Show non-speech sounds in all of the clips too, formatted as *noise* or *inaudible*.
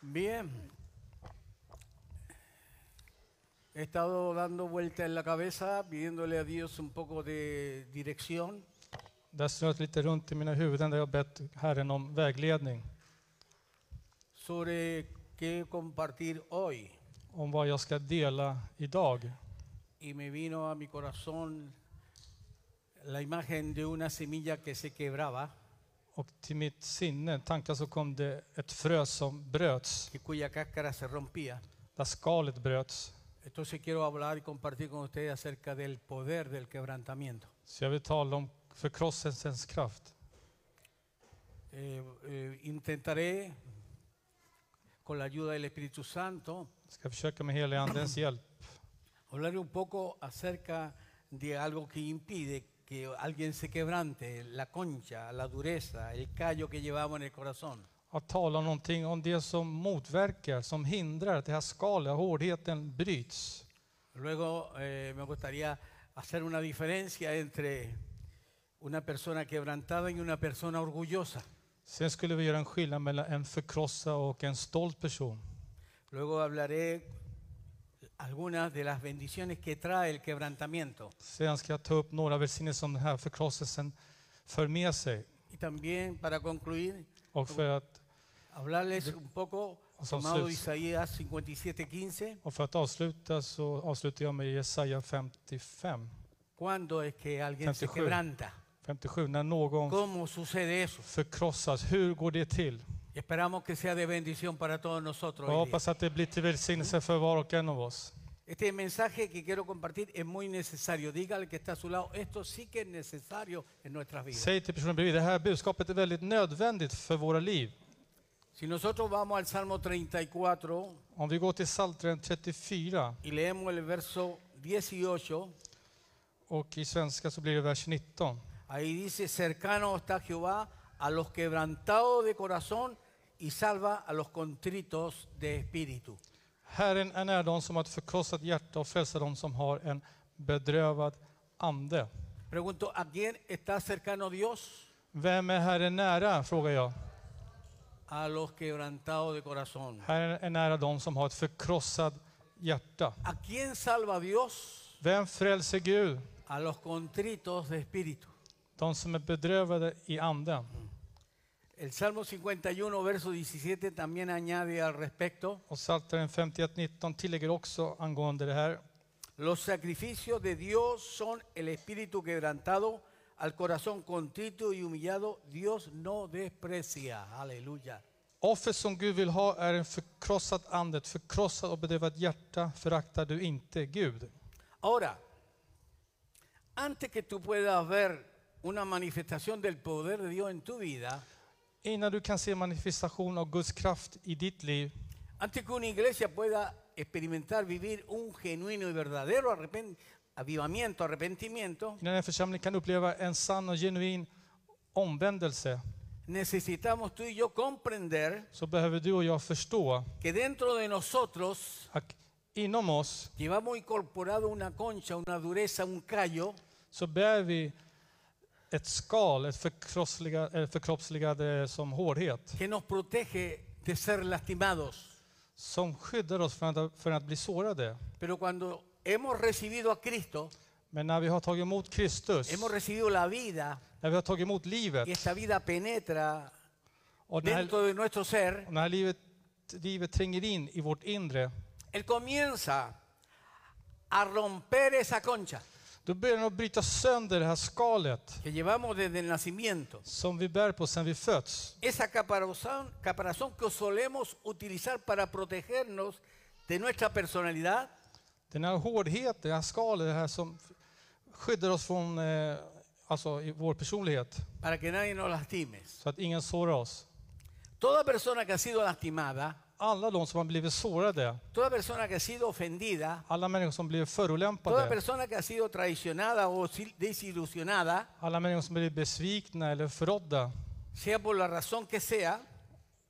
Bien. He estado dando vueltas en la cabeza, pidiéndole a Dios un poco de dirección. Det har snurrat lite runt i mina huvuden där jag bett Herren om vägledning sobre qué compartir hoy. om vad jag ska dela idag. Y me vino a mi corazón la imagen de una semilla que se quebraba, Och till mitt sinne, tankar, så kom det ett frö som bröts, que cuya cáscara se rompía. där skalet bröts. Entonces quiero hablar y compartir con ustedes acerca del poder del quebrantamiento. Så jag vill tala om förkrosselsens kraft. Eh, eh, intentaré, con la ayuda del Espíritu Santo, Jag ska försöka med heliga Andens hjälp hablar un poco acerca de algo que impide que alguien se quebrante, la concha, la dureza, el callo que llevamos en el corazón. att tala om någonting om det som motverkar, som hindrar att det här skalet, hårdheten bryts. Luego eh, me gustaría hacer una diferencia entre una persona quebrantada y una persona orgullosa. Sen skulle vi göra en skillnad mellan en förkrossad och en stolt person. Luego hablaré algunas de las bendiciones que trae el quebrantamiento. Sen ska jag ta upp några välsignelser som den här förkrosselsen för med sig. Y también para concluir, Och för att, hablarles un poco, O sea, tomado de ustedes- Isaías 57:15, och för att avsluta så avslutar jag med Jesaja 55. ¿cuándo es que alguien se 57. quebranta? 57. När någon ¿Cómo sucede eso? förkrossas, hur går det till? Y esperamos que sea de bendición para todos nosotros. Jag hoy día. hoppas att det blir till välsignelse för var och en av oss. Este mensaje que quiero compartir es muy necesario. Diga al que está a su lado, esto sí que es necesario en nuestras vidas. Säg till personen bredvid, det här budskapet är väldigt nödvändigt för våra liv. Si nosotros vamos al Salmo 34 Om vi går till Psaltaren 34 y leemos el verso 18, och i svenska så blir det vers 19. ahí dice, cercano está Jehová a los quebrantados de corazón y salva a los contritos de espíritu. Herren är nära dem som har ett förkrossat hjärta och frälser dem som har en bedrövad ande. Pregunto, ¿a quién está cercano Dios? Vem är Herren nära? frågar jag. A los quebrantados de corazón. Herren är nära dem som har ett förkrossat hjärta. ¿A quién salva Dios? Vem frälser Gud? A los contritos de espíritu. De som är bedrövade i anden. El Salmo 51, verso 17 también añade al respecto, Och Psaltaren 51.19 tillägger också angående det här. los sacrificios de Dios son el espíritu quebrantado, al corazón contrito y humillado Dios no desprecia. Aleluya. Offer som Gud vill ha är en förkrossat ande, ett förkrossat och bedrövat hjärta föraktar du inte Gud. Ahora, antes que tú puedas ver una manifestación del poder de Dios en tu vida, Innan du kan se manifestation av Guds kraft i ditt liv antes que una iglesia pueda experimentar, vivir un genuino y verdadero arrepen- avivamiento, arrepentimiento, Innan en församling kan uppleva en sann och genuin omvändelse necesitamos tú y yo comprender så behöver du och jag förstå que dentro de nosotros att inom oss llevamos incorporado una concha, una dureza, un callo, så bär vi ett skal, ett förkrossliga- eh, förkroppsligade som hårdhet que nos protege de ser lastimados. som skyddar oss från att, från att bli sårade. Pero cuando hemos recibido a Cristo, Men när vi har tagit emot Kristus, hemos recibido la vida när vi har tagit emot y livet esta vida penetra och när, dentro de nuestro ser, och när livet, livet tränger in i vårt inre, Él comienza a romper esa concha då börjar den att bryta sönder det här skalet que llevamos desde el nacimiento. som vi bär på sedan vi föds. Esa caparazón, caparazón que solemos utilizar para protegernos de nuestra personalidad, Den här hårdheten, det här skalet, det här som skyddar oss från eh, alltså, i vår personlighet para que nadie nos lastime. så att ingen sårar oss. Toda persona que ha sido lastimada, Alla de som har blivit sårade, toda persona que ha sido ofendida, alla människor som blivit toda förolämpade, persona que ha sido traicionada o sil- desilusionada, alla människor som blivit besvikna eller förrådda, sea por la razón que sea,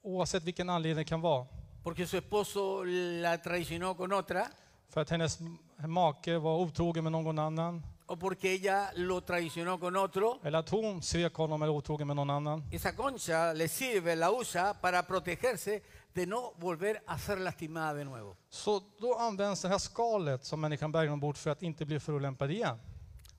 oavsett vilken anledning det kan vara. porque su esposo la traicionó con otra, För att hennes make var otrogen med någon annan, o porque ella lo traicionó con otro, Eller att hon svek honom eller var otrogen med någon annan. esa concha le sirve, la usa para protegerse de no volver a ser lastimada de nuevo. Så då används det här skalet som människan bär ombord för att inte bli förolämpad igen.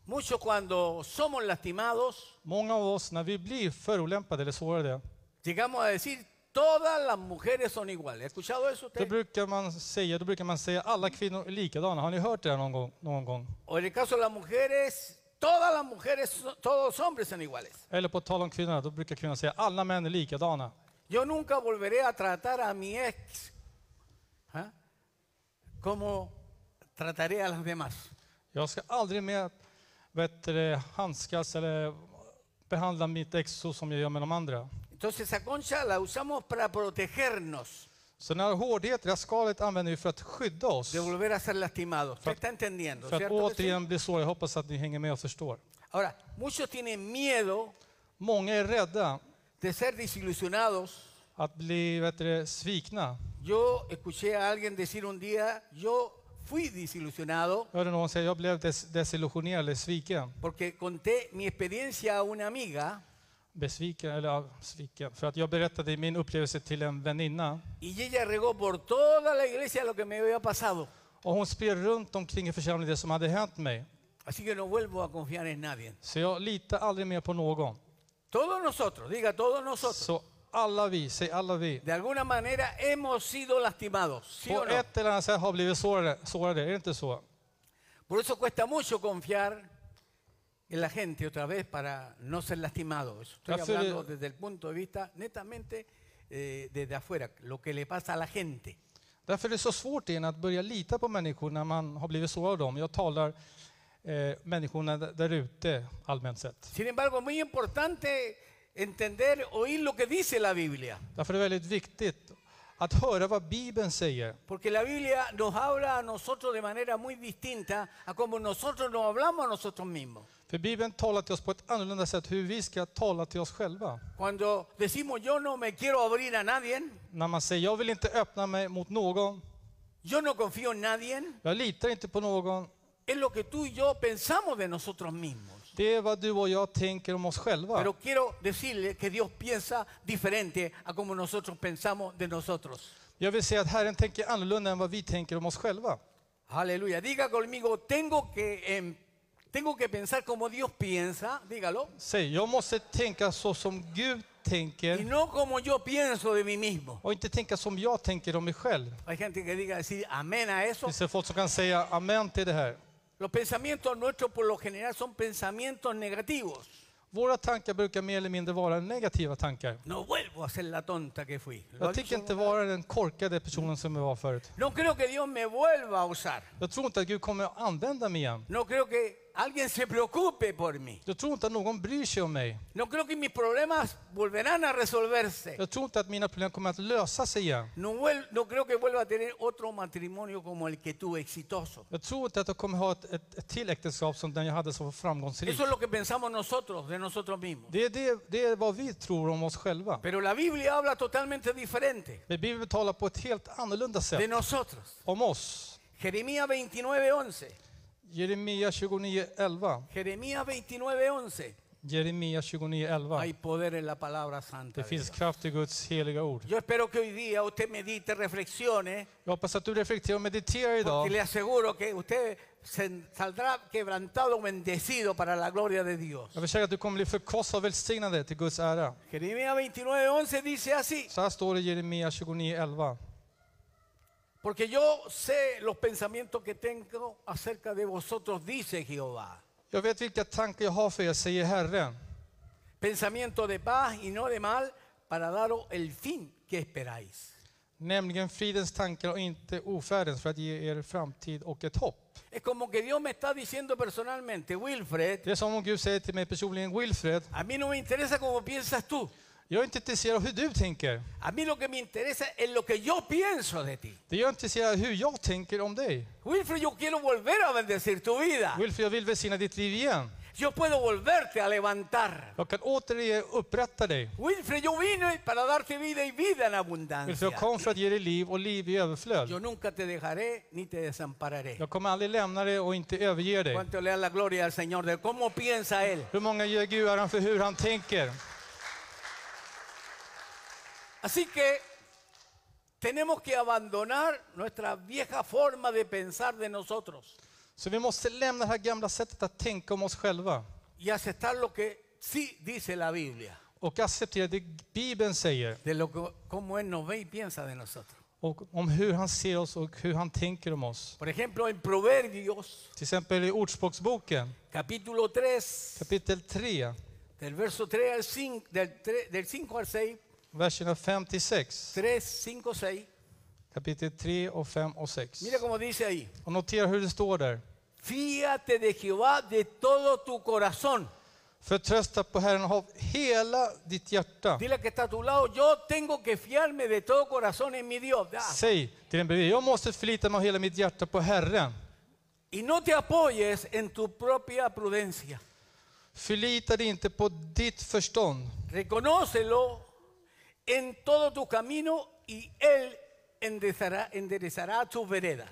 Muchos cuando somos lastimados, Många av oss, när vi blir förolämpade eller sårade, llegamos a decir, todas las mujeres son iguales. ¿Ha escuchado eso då usted? brukar man säga, då brukar man säga alla kvinnor är likadana. Har ni hört det här någon gång? Någon gång? O en el caso de las mujeres, todas las mujeres, son- todos los hombres son iguales. Eller på tal om kvinnorna, då brukar kvinnan säga alla män är likadana. Yo nunca volveré a tratar a mi ex ¿ah? como trataré a las demás. Jag ska aldrig mer vet du det, handskas eller behandla mitt ex så som jag gör med de andra. Entonces esa concha la usamos para protegernos Så den här hårdheten, det här skalet använder vi för att skydda oss. de volver a ser lastimados. Usted está entendiendo, För att ¿cierto? que sí? återigen bli sårad. Jag hoppas att ni hänger med och förstår. Ahora, muchos tienen miedo Många är rädda de ser desilusionados. att bli vet du det, svikna. Yo escuché a alguien decir un día, yo fui desilusionado Jag hörde någon säga jag blev des- desillusionerad eller sviken. porque conté mi experiencia a una amiga Besviken, eller ja, sviken. För att jag berättade min upplevelse till en väninna. y ella regó por toda la iglesia lo que me había pasado. Och hon spred runt omkring i församlingen det som hade hänt mig. Así que no vuelvo a confiar en nadie. Så jag litar aldrig mer på någon. Todos nosotros, diga todos nosotros, Så alla vi, säg alla vi. de alguna manera hemos sido lastimados, ¿sí o På no? ett eller annat sätt har blivit sårade, sårade. är det inte så? Por eso cuesta mucho confiar en la gente otra vez para no ser lastimados. Estoy Hace- hablando desde el punto de vista netamente eh, desde afuera, lo que le pasa a la gente. Därför är det så svårt igen att börja lita på människor när man har blivit sårad av dem. Jag talar eh, människorna d- där ute allmänt sett. Sin embargo, es muy importante entender, oír lo que dice la Biblia, Därför är det väldigt viktigt att höra vad Bibeln säger. porque la Biblia nos habla a nosotros de manera muy distinta a como nosotros nos hablamos a nosotros mismos. För Bibeln talar till oss på ett annorlunda sätt hur vi ska tala till oss själva. Cuando decimos yo no me quiero abrir a nadie, När man säger jag vill inte öppna mig mot någon, yo no confío en nadie, jag litar inte på någon. es lo que tú y yo pensamos de nosotros mismos. Det är vad du och jag tänker om oss själva. Pero quiero decirle que Dios piensa diferente a como nosotros pensamos de nosotros. Jag vill säga att Herren tänker annorlunda än vad vi tänker om oss själva. Aleluya. Diga conmigo, tengo que, em, tengo que pensar como Dios piensa, dígalo, Säg, jag måste tänka så som Gud y tänker no como yo pienso de mí mismo. och inte tänka som jag tänker om mig själv. Hay gente que diga decir amén a Det eso. finns det folk som kan säga amen till det här. Los pensamientos nuestros por lo general son pensamientos negativos. Våra tankar brukar mer eller mindre vara negativa tankar. No vuelvo a ser la tonta que fui. ¿Lo ha Jag dicho? tänker inte vara den korkade personen som jag var förut. No creo que Dios me vuelva a usar. Jag tror inte att Gud kommer att använda mig igen. No creo que alguien se preocupe por mí. Jag tror inte att någon bryr sig om mig. No creo que mis problemas volverán a resolverse. Jag tror inte att mina problem kommer att lösa sig igen. No, vuel- no creo que vuelva a tener otro matrimonio como el que tuve, exitoso. Jag tror inte att jag kommer ha ett, ett, ett till äktenskap som den jag hade som var framgångsrik. Eso es lo que pensamos nosotros, de nosotros mismos. Det är, det, det är vad vi tror om oss själva. Pero la Biblia habla totalmente diferente Men Bibeln talar på ett helt annorlunda de sätt nosotros. om oss. Jeremías 29, 11. Jeremia 29.11. Jeremías 29, 11. Jeremia 29.11. Hay poder en la palabra santa. Det de Dios. finns kraft i Guds heliga ord. Yo espero que hoy día usted medite, reflexione, Jag hoppas att du reflekterar och mediterar porque idag. le aseguro que usted se- saldrá quebrantado, bendecido para la gloria de Dios. Jag försäkrar att du kommer bli förkrossad och välsignad till Guds ära. Jeremías 29, 11 dice así, Så här står det i Jeremia 29.11. porque yo sé los pensamientos que tengo acerca de vosotros, dice Jehová. Jag vet vilka tankar jag har för er, säger Herren. Pensamiento de paz y no de mal, para daros el fin que esperáis. Nämligen fridens tankar och inte ofärdens för att ge er framtid och ett hopp. Es como que Dios me está diciendo personalmente, Wilfred, Det är som om Gud säger till mig personligen, Wilfred, a mí no me interesa cómo piensas tú. jag är inte intresserad av hur du tänker. A mí lo que me interesa es lo que yo pienso de ti. Det är jag intresserad av hur jag tänker om dig. Wilfred, yo quiero volver a bendecir tu vida. Wilfred, jag vill välsigna ditt liv igen. Yo puedo volverte a levantar. Jag kan återigen upprätta dig. Wilfred, yo vine para darte vida y vida en För jag abundancia. kom för att ge dig liv och liv i Yo överflöd. nunca te dejaré ni te desampararé. Jag kommer aldrig lämna dig och inte överge dig. Cuánto le da la gloria al Señor de cómo piensa Él. Hur många ger Gud äran för hur han tänker? Así que tenemos que abandonar nuestra vieja forma de pensar de nosotros Så vi måste lämna det här gamla sättet att tänka om oss själva y aceptar lo que sí dice la Biblia, och acceptera det Bibeln säger de lo que cómo Él nos ve y piensa de nosotros. och om hur han ser oss och hur han tänker om oss. Por ejemplo, en Proverbios Till exempel i Ordspråksboken capítulo 3, kapitel 3, del verso 3 al 5, del, 3 del 5 al 6, verserna 5 till 6. 3, 5, 6. Kapitel 3 och 5 och 6. Mira cómo dice ahí. Och notera hur det står där. Fíate de Jehová de todo tu corazón. Förtrösta på Herren av hela ditt hjärta. Dile que está a tu lado, yo tengo que fiarme de todo corazón en mi Dios. Ah, Säg till den bredvid, jag måste förlita mig av hela mitt hjärta på Herren. Y no te apoyes en tu propia prudencia. Förlita dig inte på ditt förstånd. Reconócelo en todo tu camino y Él enderezará, enderezará tus veredas.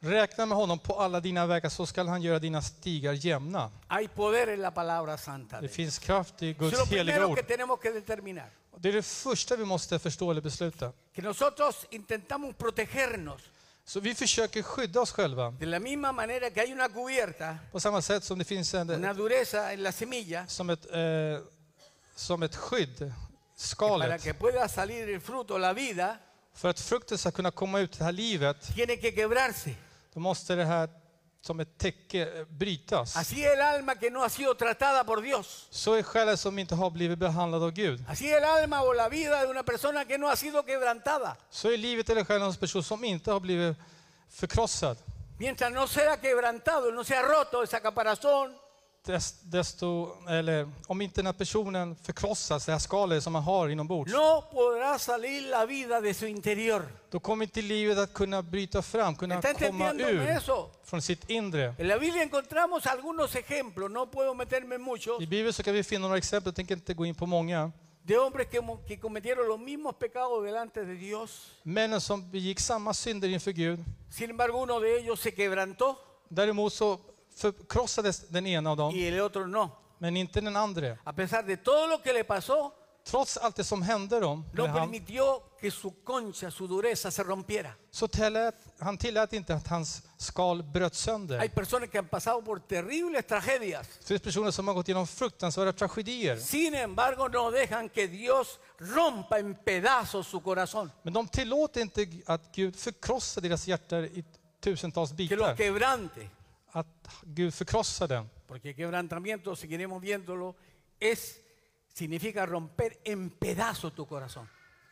Räkna med honom på alla dina vägar så skall han göra dina stigar jämna. Hay poder en la palabra santa. Det de Dios. finns kraft i Eso es lo Guds heliga primero ord. que tenemos que determinar. Det är det första vi måste förstå eller besluta. Que nosotros intentamos protegernos Så vi försöker skydda oss själva. de la misma manera que hay una cubierta, På samma sätt som det finns en, una dureza en la semilla som, ett, eh, som ett skydd, para skalet. que pueda salir el fruto, la vida, För att frukten ska kunna komma ut i det här livet, tiene que quebrarse. då måste det här som ett täcke eh, brytas. Así el alma que no ha sido tratada por Dios. Så är själen som inte har blivit behandlad av Gud. Así el alma o la vida de una persona que no ha sido quebrantada. Så är livet eller själen hos en person som inte har blivit förkrossad. Mientras no sea quebrantado, no sea roto esa caparazón, Des- Desto, eller, om inte den här personen förkrossas, det här skalet som man har inombords, no podrá salir la vida de su interior. då kommer inte livet att kunna bryta fram, kunna ¿Está komma entendiendo ur eso? från sitt inre. En la Biblia encontramos algunos ejemplos, no puedo meterme en muchos, I Bibeln så kan vi finna några exempel, jag tänker inte gå in på många. de hombres que, mo- que cometieron los mismos pecados delante de Dios. Männen som begick samma synder inför Gud, Sin embargo, uno de ellos se quebrantó däremot så förkrossades den ena av dem, y el otro no. men inte den andra. A pesar de todo lo que le pasó, Trots allt det som hände dem, no eller han, permitió que su concha, su dureza se rompiera. så tillät, han tillät inte att hans skal bröt sönder. Hay personas que han pasado por terribles tragedias. Det finns personer som har gått igenom fruktansvärda tragedier. Sin embargo, no dejan que Dios rompa en pedazos su corazón, Men de tillåter inte att Gud förkrossar deras hjärtan i tusentals que los bitar. quebrante. Att Gud förkrossar den. Porque quebrantamiento, seguiremos viéndolo, es significa romper en pedazos tu corazón.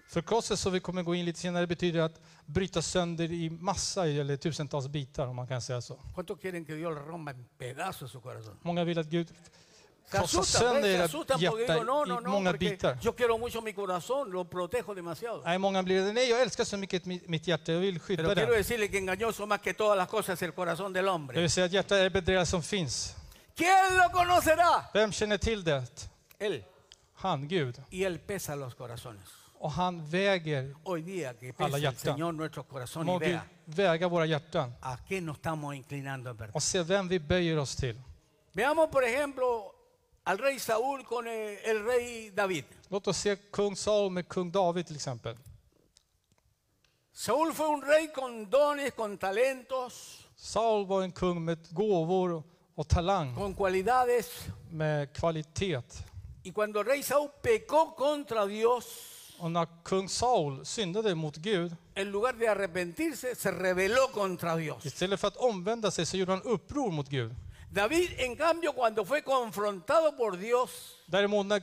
Förkrosselse, som vi kommer gå in lite senare, betyder att bryta sönder i massa eller tusentals bitar, om man kan säga så. ¿Cuántos quieren que Dios le rompa en pedazos su corazón? Många vill att Gud Se krossar asustan, sönder ¿ves? se era asustan porque hjärta digo, no, no, i no, många porque bitar. yo quiero mucho mi corazón, lo protejo demasiado. Nej, många blir det. Nej, jag älskar så mycket mitt mitt hjärta, jag vill Pero skydda quiero det. decirle que engañoso más que todas las cosas es el corazón del Det hombre. vill säga att hjärtat är det bedrägare som finns. ¿Quién lo conocerá? Vem känner till det? Él. Han, Gud. Y Él pesa los corazones. Och han väger, Hoy día que A la pesa el yacta. Señor nuestros corazones må y Gud vea väga våra hjärtan a qué nos estamos inclinando en verdad. och se vem vi böjer oss till. Veamos, por ejemplo, al rey Saúl con eh, el, rey David. Låt oss se kung Saul med kung David till exempel. Saúl fue un rey con dones, con talentos, Saul var en kung med gåvor och talang, con cualidades. med kvalitet. Y cuando el rey Saúl pecó contra Dios, Och när kung Saul syndade mot Gud, en lugar de arrepentirse, se rebeló contra Dios. istället för att omvända sig så gjorde han uppror mot Gud. David, en cambio, cuando fue confrontado por Dios, Däremot när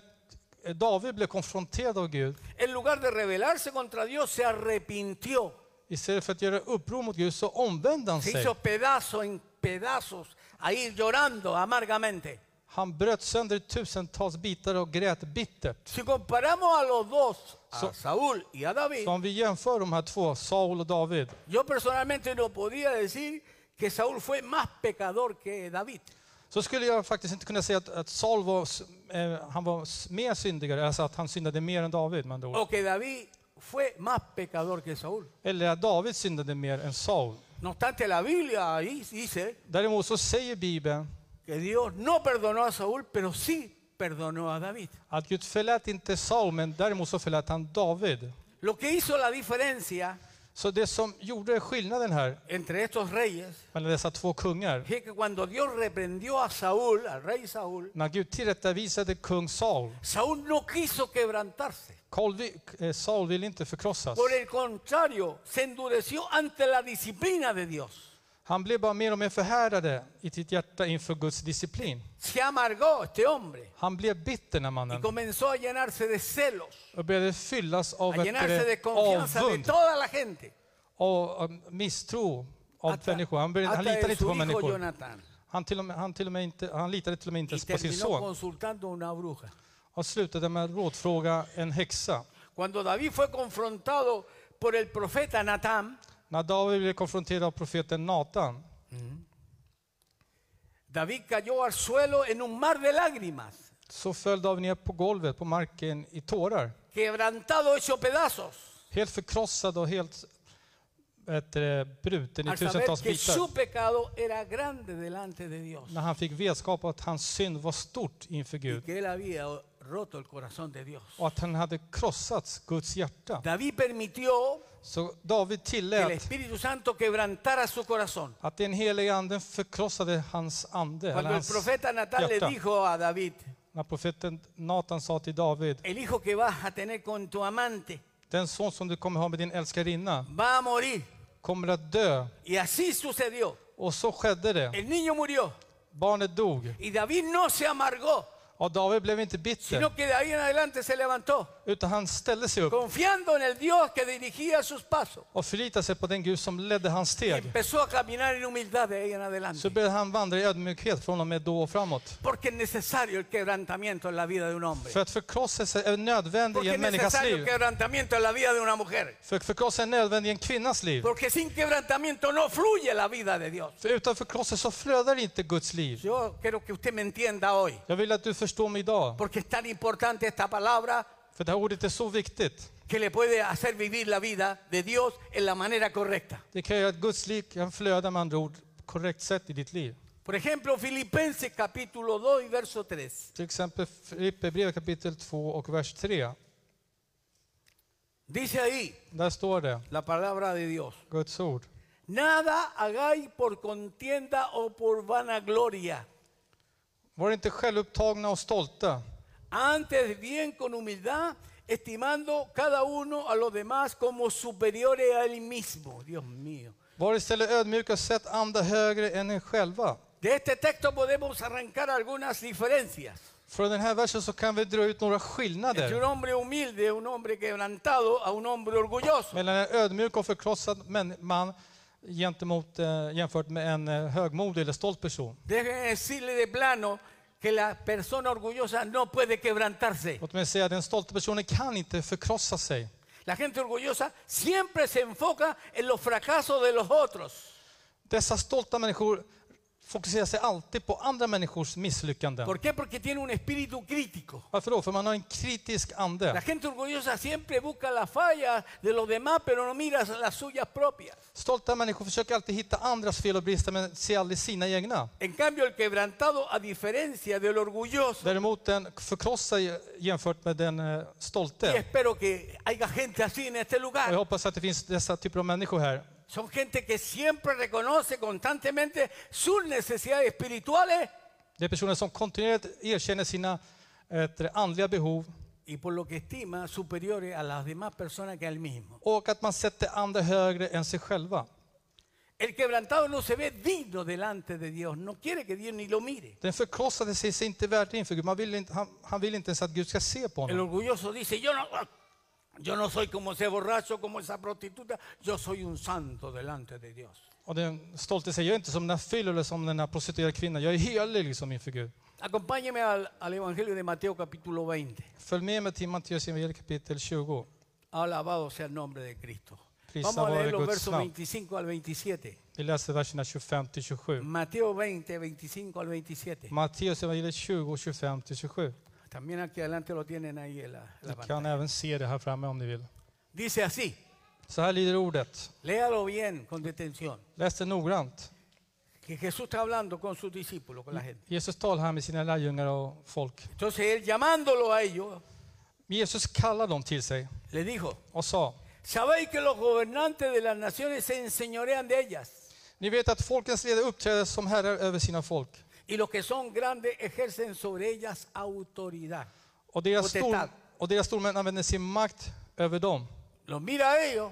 David blev konfronterad av Gud, en lugar de rebelarse contra Dios, se arrepintió. istället för att göra uppror mot Gud så omvände han Se sig. hizo pedazo en pedazos, ahí llorando amargamente. Han bröt sönder i tusentals bitar och grät bittert. Si comparamos a los dos, a So- Saúl y a David, Så om vi jämför de här två, Saul och David, yo personalmente no podía decir que Saúl fue más pecador que David. så skulle jag faktiskt inte kunna säga att, att Saul var, s- eh, han var s- mer syndigare, alltså att han syndade mer än David med andra ord. o que David fue más pecador que Saúl. Eller att David syndade mer än Saul. No obstante, la Biblia ahí dice Däremot så säger Bibeln que Dios no perdonó a Saúl, pero sí perdonó a David. att Gud förlät inte Saul, men däremot så förlät han David. Lo que hizo la diferencia Så det som gjorde skillnaden här entre estos reyes mellan dessa två kungar, es que cuando Dios reprendió a Saúl, al rey Saúl, när Gud tillrättavisade kung Saul, Saúl no quiso quebrantarse. Saul vi- eh, Saul ville inte förkrossas. Por el contrario, se endureció ante la disciplina de Dios. Han blev bara mer och mer förhärdade i sitt hjärta inför Guds disciplin. Se amargó este hombre Han blev bitter, den här y mannen, comenzó a llenarse de celos, och började fyllas a av vet du llenarse de det, confianza de avund toda la gente. och um, misstro av Hasta, människor. Han, började, han hasta de litade inte su på hijo människor. Jonathan. Han, till och med, han, till och med inte, han litade till och med Y inte ens på sin terminó son consultando a una bruja. och slutade med att rådfråga en häxa. Cuando David fue confrontado por el profeta Natán, När David blev konfronterad av profeten Natan David cayó al suelo en un mar de lágrimas, så föll David ner på golvet, på marken, i tårar. quebrantado, hecho pedazos, Helt förkrossad och helt vet du det, bruten i al saber tusentals que bitar. su pecado era grande delante de Dios När han fick vetskap om att hans synd var stort inför y Gud que él había roto el corazón de Dios. och att han hade krossat Guds hjärta. David permitió Så David que el tillät Espíritu Santo quebrantara su corazón. att den helige anden förkrossade hans ande. eller Cuando el Hans, profeta Natán le Yata. dijo a David, när profeten Natan sa till David, el hijo que vas a tener con tu amante den son som du kommer ha med din älskarinna va a morir. kommer att dö. Y así sucedió. Och så skedde det. El niño murió Barnet dog. y David no se amargó, Och David blev inte bitter, sino que de ahí en adelante se levantó, utan han ställde sig upp confiando en el Dios que dirigía sus pasos. och förlitade sig på den Gud som ledde hans Y steg. empezó a caminar en humildad de ahí en adelante. Så började han vandra i ödmjukhet från och med då och framåt. Porque es necesario el quebrantamiento en la vida de un hombre. För att förkrosselse är nödvändig i Porque es en människas necesario el liv. quebrantamiento en la vida de una mujer. För förkrosselse är nödvändig i en kvinnas liv. Porque sin quebrantamiento no fluye la vida de Dios. För utan förkrosselse så flödar inte Guds liv. Yo quiero que usted me entienda hoy, Jag vill att du förstår mig idag. porque es tan importante esta palabra För det här ordet är så viktigt. que le puede hacer vivir la vida de Dios en la manera correcta. Det kan göra att Guds liv kan flöda med andra ord på korrekt sätt i ditt liv. Por ejemplo, Filipenses capítulo 2 y verso 3 Till exempel Filipperbrevet kapitel 2 och vers 3. dice ahí Där står det, la palabra de Dios. Guds ord. Nada hagáis por contienda o por vanagloria, Var inte självupptagna och stolta, antes bien con humildad, estimando cada uno a los demás como superiores a él mismo. Dios mío. Var istället ödmjuka och sätt andra högre än er själva. De este texto podemos arrancar algunas diferencias. Från den här versen så kan vi dra ut några Entre skillnader un hombre humilde, un hombre quebrantado, a un hombre orgulloso. mellan en ödmjuk och förkrossad män- man gentemot, eh, jämfört med en eh, högmodig eller stolt person. Dejen decirle de plano que la persona orgullosa no puede quebrantarse. Låt mig säga att den stolta personen kan inte förkrossa sig. La gente orgullosa siempre se enfoca en los fracasos de los otros, Dessa stolta människor fokuserar sig alltid på andra människors misslyckanden. ¿Por qué? Porque tiene un espíritu crítico. Varför då? För man har en kritisk La ande. gente orgullosa siempre busca las fallas de los demás, pero no mira las suyas propias. Stolta människor försöker alltid hitta andras fel och brister men ser aldrig sina egna. En cambio, el quebrantado, a diferencia del orgulloso, Däremot den förkrossade jämfört med den eh, Y stolte. espero que haya gente así en este Och jag lugar. hoppas att det finns dessa typer av människor här. Son gente que siempre reconoce constantemente sus necesidades espirituales Det är personer som kontinuerligt erkänner sina ett, andliga behov y por lo que estima superiores a las demás personas que al mismo. och att man sätter andra högre än sig själva. El quebrantado no se ve digno delante de Dios, no quiere que Dios ni lo mire. Den förkrossade ser sig inte värd inför Gud. Man vill inte, han, han vill inte ens att Gud ska se på El honom. orgulloso dice, yo no, yo no soy como ese borracho, como esa prostituta, yo soy un santo delante de Dios. Och den stolte säger, jag är inte som den här fyllo eller som den här prostituerade kvinnan. Jag är helig liksom inför Gud. Acompáñeme al, al Evangelio de Mateo capítulo 20. Följ med mig till Matteus evangeliet kapitel 20. Alabado sea el nombre de Cristo. Vamos a Prisa leer vare los Guds versos namn. 25 al 27. Vi läser verserna 25 till 27. Mateo 20, 25 al 27. Matteus evangeliet 20 och 25 till 27. También aquí adelante lo tienen ahí en la, la Ni kan pantalla. även se det här framme om ni vill. Dice así, Så här lyder ordet. léalo bien con detención, Läs det noggrant. que Jesús está hablando con sus discípulos, con la gente. Jesus talar här med sina lärjungar och folk. Entonces él llamándolo a ellos, Jesus kallar dem till sig le dijo, och sa. sabéis que los gobernantes de las naciones se enseñorean de ellas Ni vet att folkens ledare uppträder som herrar över sina folk. y los que son grandes ejercen sobre ellas autoridad. Och deras, Potestad. stor, och deras stormän använder sin makt över dem. Los mira a ellos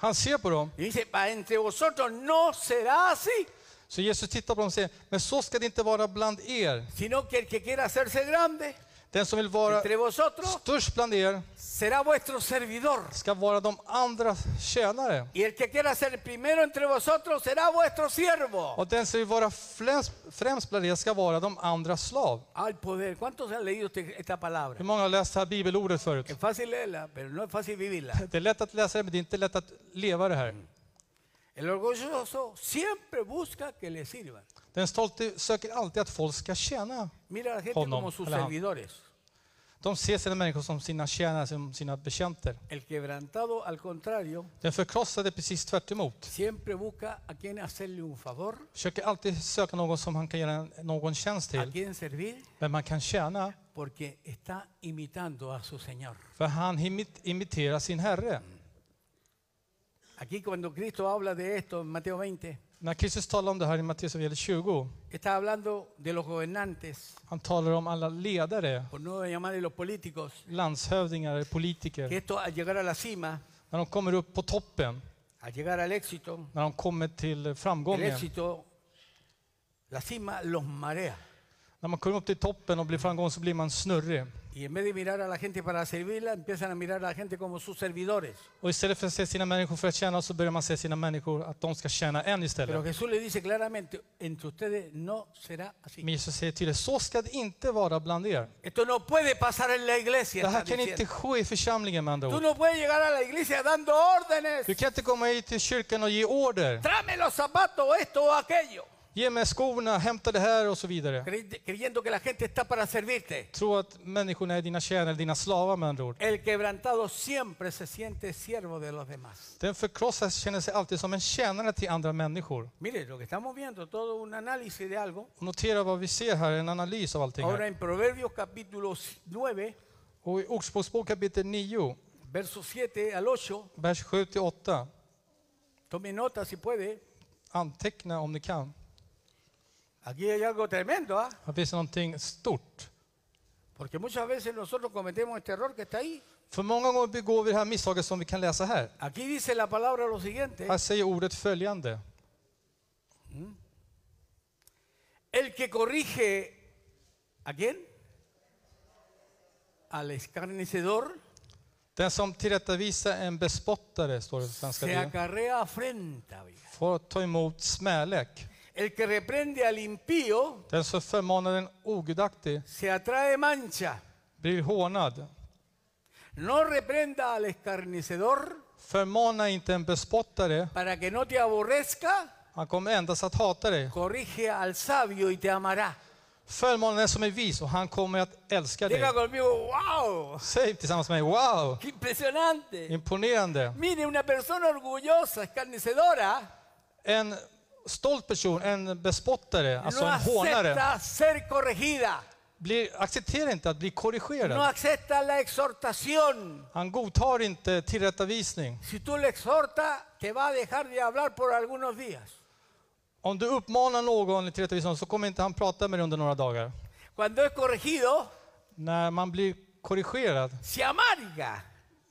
Han ser på dem. y dice, para entre vosotros no será así, Så Jesus tittar på dem och säger, men så ska det inte vara bland er. sino que el que quiera hacerse grande Den som vill vara entre vosotros störst bland er será vuestro servidor. ska vara de andra tjänare. Y el que quiera ser el primero entre vosotros será vuestro siervo. Och den som vill vara främst, främst bland er ska vara de andra slav. Al poder. ¿Cuántos han leído usted esta Hur palabra? många har läst det här bibelordet förut? Es fácil leerla, pero no es fácil vivirla. Det är lätt att läsa det, men det är inte lätt att leva det här. El orgulloso siempre busca que le sirvan. Den stolte söker alltid att folk ska tjäna. Mira a la gente Honom, como sus hola. servidores. De ser sina människor som sina tjänare, som sina betjänter. El quebrantado, al contrario, Den förkrossade precis tvärt emot. siempre busca a quien hacerle un favor, Försöker alltid söka någon som han kan göra en- någon tjänst a till. quien servir, Men man kan tjäna, porque está imitando a su Señor. för han imit- imiterar sin herre. Aquí cuando Cristo habla de esto en Mateo 20, När Kristus talar om det här i Matteus 20, está hablando de los gobernantes, han talar om alla ledare, por no llamar de los políticos, landshövdingar, que politiker. esto al llegar a la cima, När de kommer upp på toppen, al llegar al éxito, när de kommer till el framgången. éxito, la cima los marea. När man kommer upp till toppen och blir framgång så blir man snurrig. Y en vez de mirar a la gente para servirla, empiezan a mirar a la gente como sus servidores. Och istället för att se sina människor för att tjäna så börjar man se sina människor att de ska tjäna en Pero istället. Jesús le dice claramente, entre ustedes no será así. Men Jesus säger till er, så ska det inte vara bland er. Esto no puede pasar en la iglesia. Det här está kan diciendo. inte ske i församlingen med andra Tú ord. no puedes llegar a la iglesia dando órdenes. Du kan inte komma hit till kyrkan och ge order. Tráeme los zapatos, esto o aquello. Ge mig skorna, hämta det här och så vidare. crey- Creyendo que la gente está para servirte. Tro att människorna är dina tjänare, dina slavar med andra ord. El quebrantado siempre se siente siervo de los demás. Den förkrossade känner sig alltid som en tjänare till andra människor. Mire, lo que estamos viendo, todo un análisis de algo. Och notera vad vi ser här, en analys av allting Ahora här. en Proverbios capítulo 9, Och i Ordspråksbok kapitel 9, versos 7 al 8, vers 7-8. tome nota si puede, Anteckna om ni kan. aquí hay algo tremendo, ¿ah? Här finns någonting stort. porque muchas veces nosotros cometemos este error que está ahí. För många gånger begår vi det här misstaget som vi kan läsa här. Aquí dice la palabra lo siguiente, Här säger ordet följande. el que corrige, ¿a quién? Al escarnecedor Den som tillrättavisar en bespottare, står det på svenska. se Det. acarrea afrenta. oiga. Får ta emot smälek. El que reprende al impío Den som förmanar en ogudaktig se atrae mancha. blir hånad. No reprenda al escarnecedor Förmana inte en bespottare, para que no te aborrezca. han kommer endast att hata dig. Corrige al sabio y te amará. Förmana den som är vis och han kommer att älska dig. Diga conmigo, wow, Säg tillsammans med mig, wow! qué impresionante. Imponerande. Mire, una persona orgullosa, escarnecedora, En stolt person, en bespottare, alltså no en hånare, acepta ser corregida, blir, accepterar inte att bli no korrigerad. acepta la exhortación. Han godtar inte tillrättavisning. Si tú le exhortas, te va a dejar de hablar por algunos días. Om du uppmanar någon till tillrättavisning så kommer inte han prata med dig under några dagar. Cuando es corregido, När man blir korrigerad, se amarga,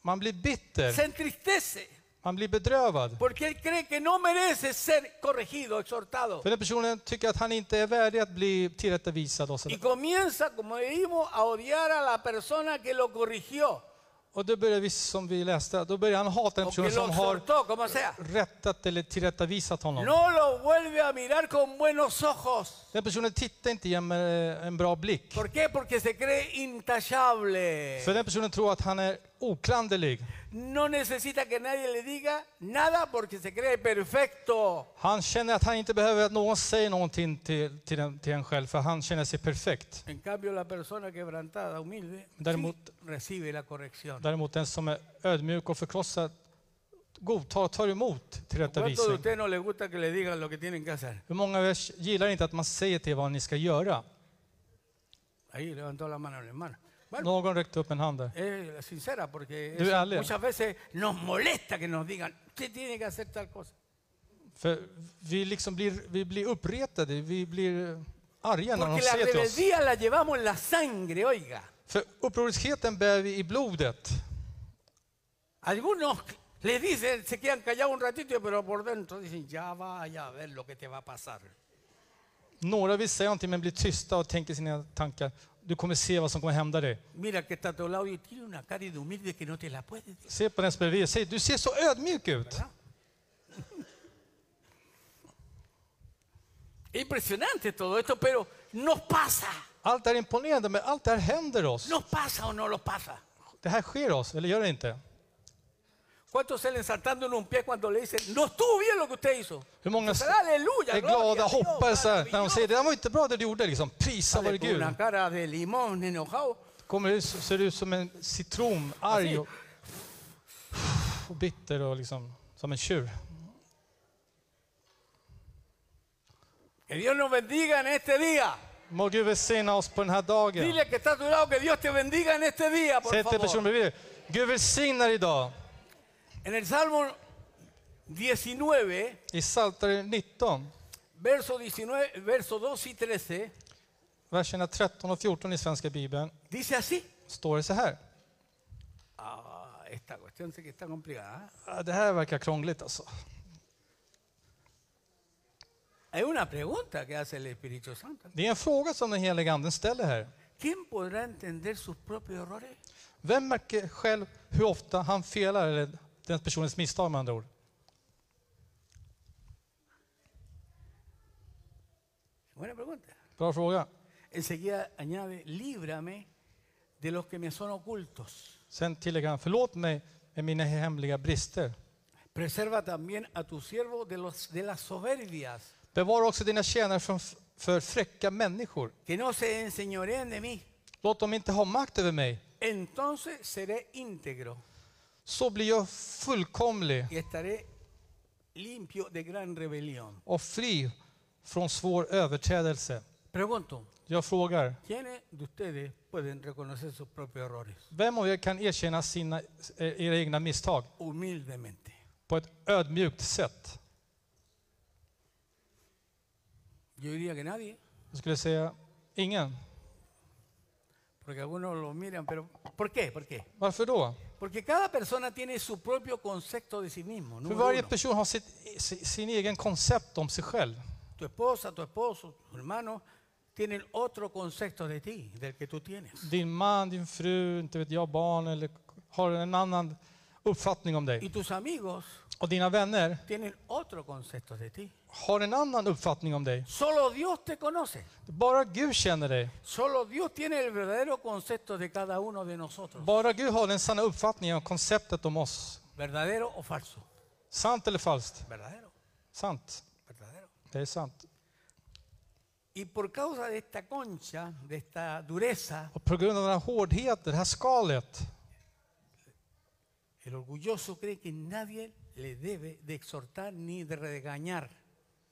man blir bitter, se entristece, man blir bedrövad. porque él cree que no merece ser corregido, exhortado. För den personen tycker att han inte är värdig att bli tillrättavisad och Y sådär. comienza, como dijimos, a odiar a la persona que lo corrigió Och då börjar vi, som vi läste, då börjar han hata den o que personen lo som har exhortó, como sea. rättat eller tillrättavisat honom. No lo vuelve a mirar con buenos ojos. Den personen tittar inte igen med eh, en bra blick. ¿Por qué? Porque se cree intachable. För den personen tror att han är oklanderlig. No necesita que nadie le diga nada porque se cree perfecto. Han känner att han inte behöver att någon säger någonting till, till, en, till en själv, för han känner sig perfekt. En cambio, la persona quebrantada, humilde, sí Däremot- recibe la corrección. Däremot den som är ödmjuk och förkrossad godtar, tar emot ¿Cuántos de tillrättavisning. ustedes no les gusta que le digan lo que tienen que hacer? Hur många av er gillar inte att man säger till vad ni ska göra? Ahí levantó la mano el hermano. Bueno, Någon räckte upp en hand där. es sincera porque Debe eso darle. muchas veces nos molesta que nos digan, usted tiene que hacer tal cosa. För vi, liksom blir, vi blir uppretade, vi blir arga när de Porque la säger till oss. rebeldía la llevamos en la sangre, oiga. För upproriskheten bär vi i blodet. Algunos les dicen, se quedan callados un ratito, pero por dentro dicen, ya vaya a ver lo que te va a pasar. Några vill säga någonting men blir tysta och tänker sina tankar. Du kommer se vad som kommer hända dig. Mira que está a tu lado y tiene una cara de humilde que no te la puedes decir. Se på den som är bredvid. Säg, du ser så ödmjuk ut. Impresionante todo esto, pero nos pasa. Allt är imponerande, men allt det här händer oss. ¿Nos pasa o no nos pasa? Det här sker oss, eller gör det inte? ¿Cuántos salen saltando en un pie cuando le dicen, no estuvo bien lo que usted hizo? Hur många s- Aleluya, är gloria a glada, Dios, hoppar så här, när de maravilloso. säger det där var inte bra det du gjorde. Liksom. Prisa vare Sale con Gud. una cara de limón enojado. Kommer ut, ser ut som en citron, arg och, och bitter och liksom, som en tjur. Que Dios nos bendiga en este día. Må Gud välsigna oss på den här dagen. Dile que está a tu lado que Dios te bendiga en este día, por Säg till personen favor. bredvid dig, Gud välsignar idag. En el Salmo 19, I Psaltaren 19, verso 19, verso 2 y 13, verserna 13 och 14 i Svenska Bibeln, dice así. står det så här. Ah, esta cuestión sí que está complicada. ¿eh? Ah, Det här verkar krångligt alltså. Hay una pregunta que hace el Espíritu Santo. Det är en fråga som den heliga anden ställer här. ¿Quién podrá entender sus propios errores? Vem märker själv hur ofta han felar, eller den personens misstag med andra ord? Buena pregunta. Bra fråga. Enseguida añade, líbrame de los que me son ocultos. Sen tillägger han, förlåt mig med mina hemliga brister. Preserva también a tu siervo de, los, de las soberbias, Bevara också dina tjänare från, för fräcka människor. que no se enseñoreen de mí. Låt dem inte ha makt över mig. Entonces seré íntegro Så blir jag fullkomlig y estaré limpio de gran rebelión. och fri från svår överträdelse. Pregunto, Jag frågar, ¿quiénes de ustedes pueden reconocer sus propios errores? vem av er kan erkänna sina, eh, era egna misstag Humildemente. på ett ödmjukt sätt? Yo diría que nadie, Jag skulle säga, ingen. porque algunos lo miran, pero ¿por qué? ¿Por qué? Varför då? Porque cada persona tiene su propio concepto de sí mismo. För número varje uno. person har sitt, si- sin egen koncept om sig själv. Tu esposa, tu esposo, tu hermano tienen otro concepto de ti, del que tú tienes. Din man, din fru, inte vet jag, barn eller har en annan uppfattning om Y dig. tus amigos Och dina vänner tienen otro concepto de ti. har en annan uppfattning om dig. Solo Dios te conoce. Bara Gud känner dig. Solo Dios tiene el verdadero concepto de cada uno de nosotros. Bara Gud har den sanna uppfattningen om konceptet om oss. ¿Verdadero o falso? Sant eller falskt? Verdadero, Sant. verdadero. Det är sant. Y por causa de esta concha, de esta dureza, Och på grund av den här hårdheten, det här skalet, el orgulloso cree que nadie le debe de exhortar ni de regañar.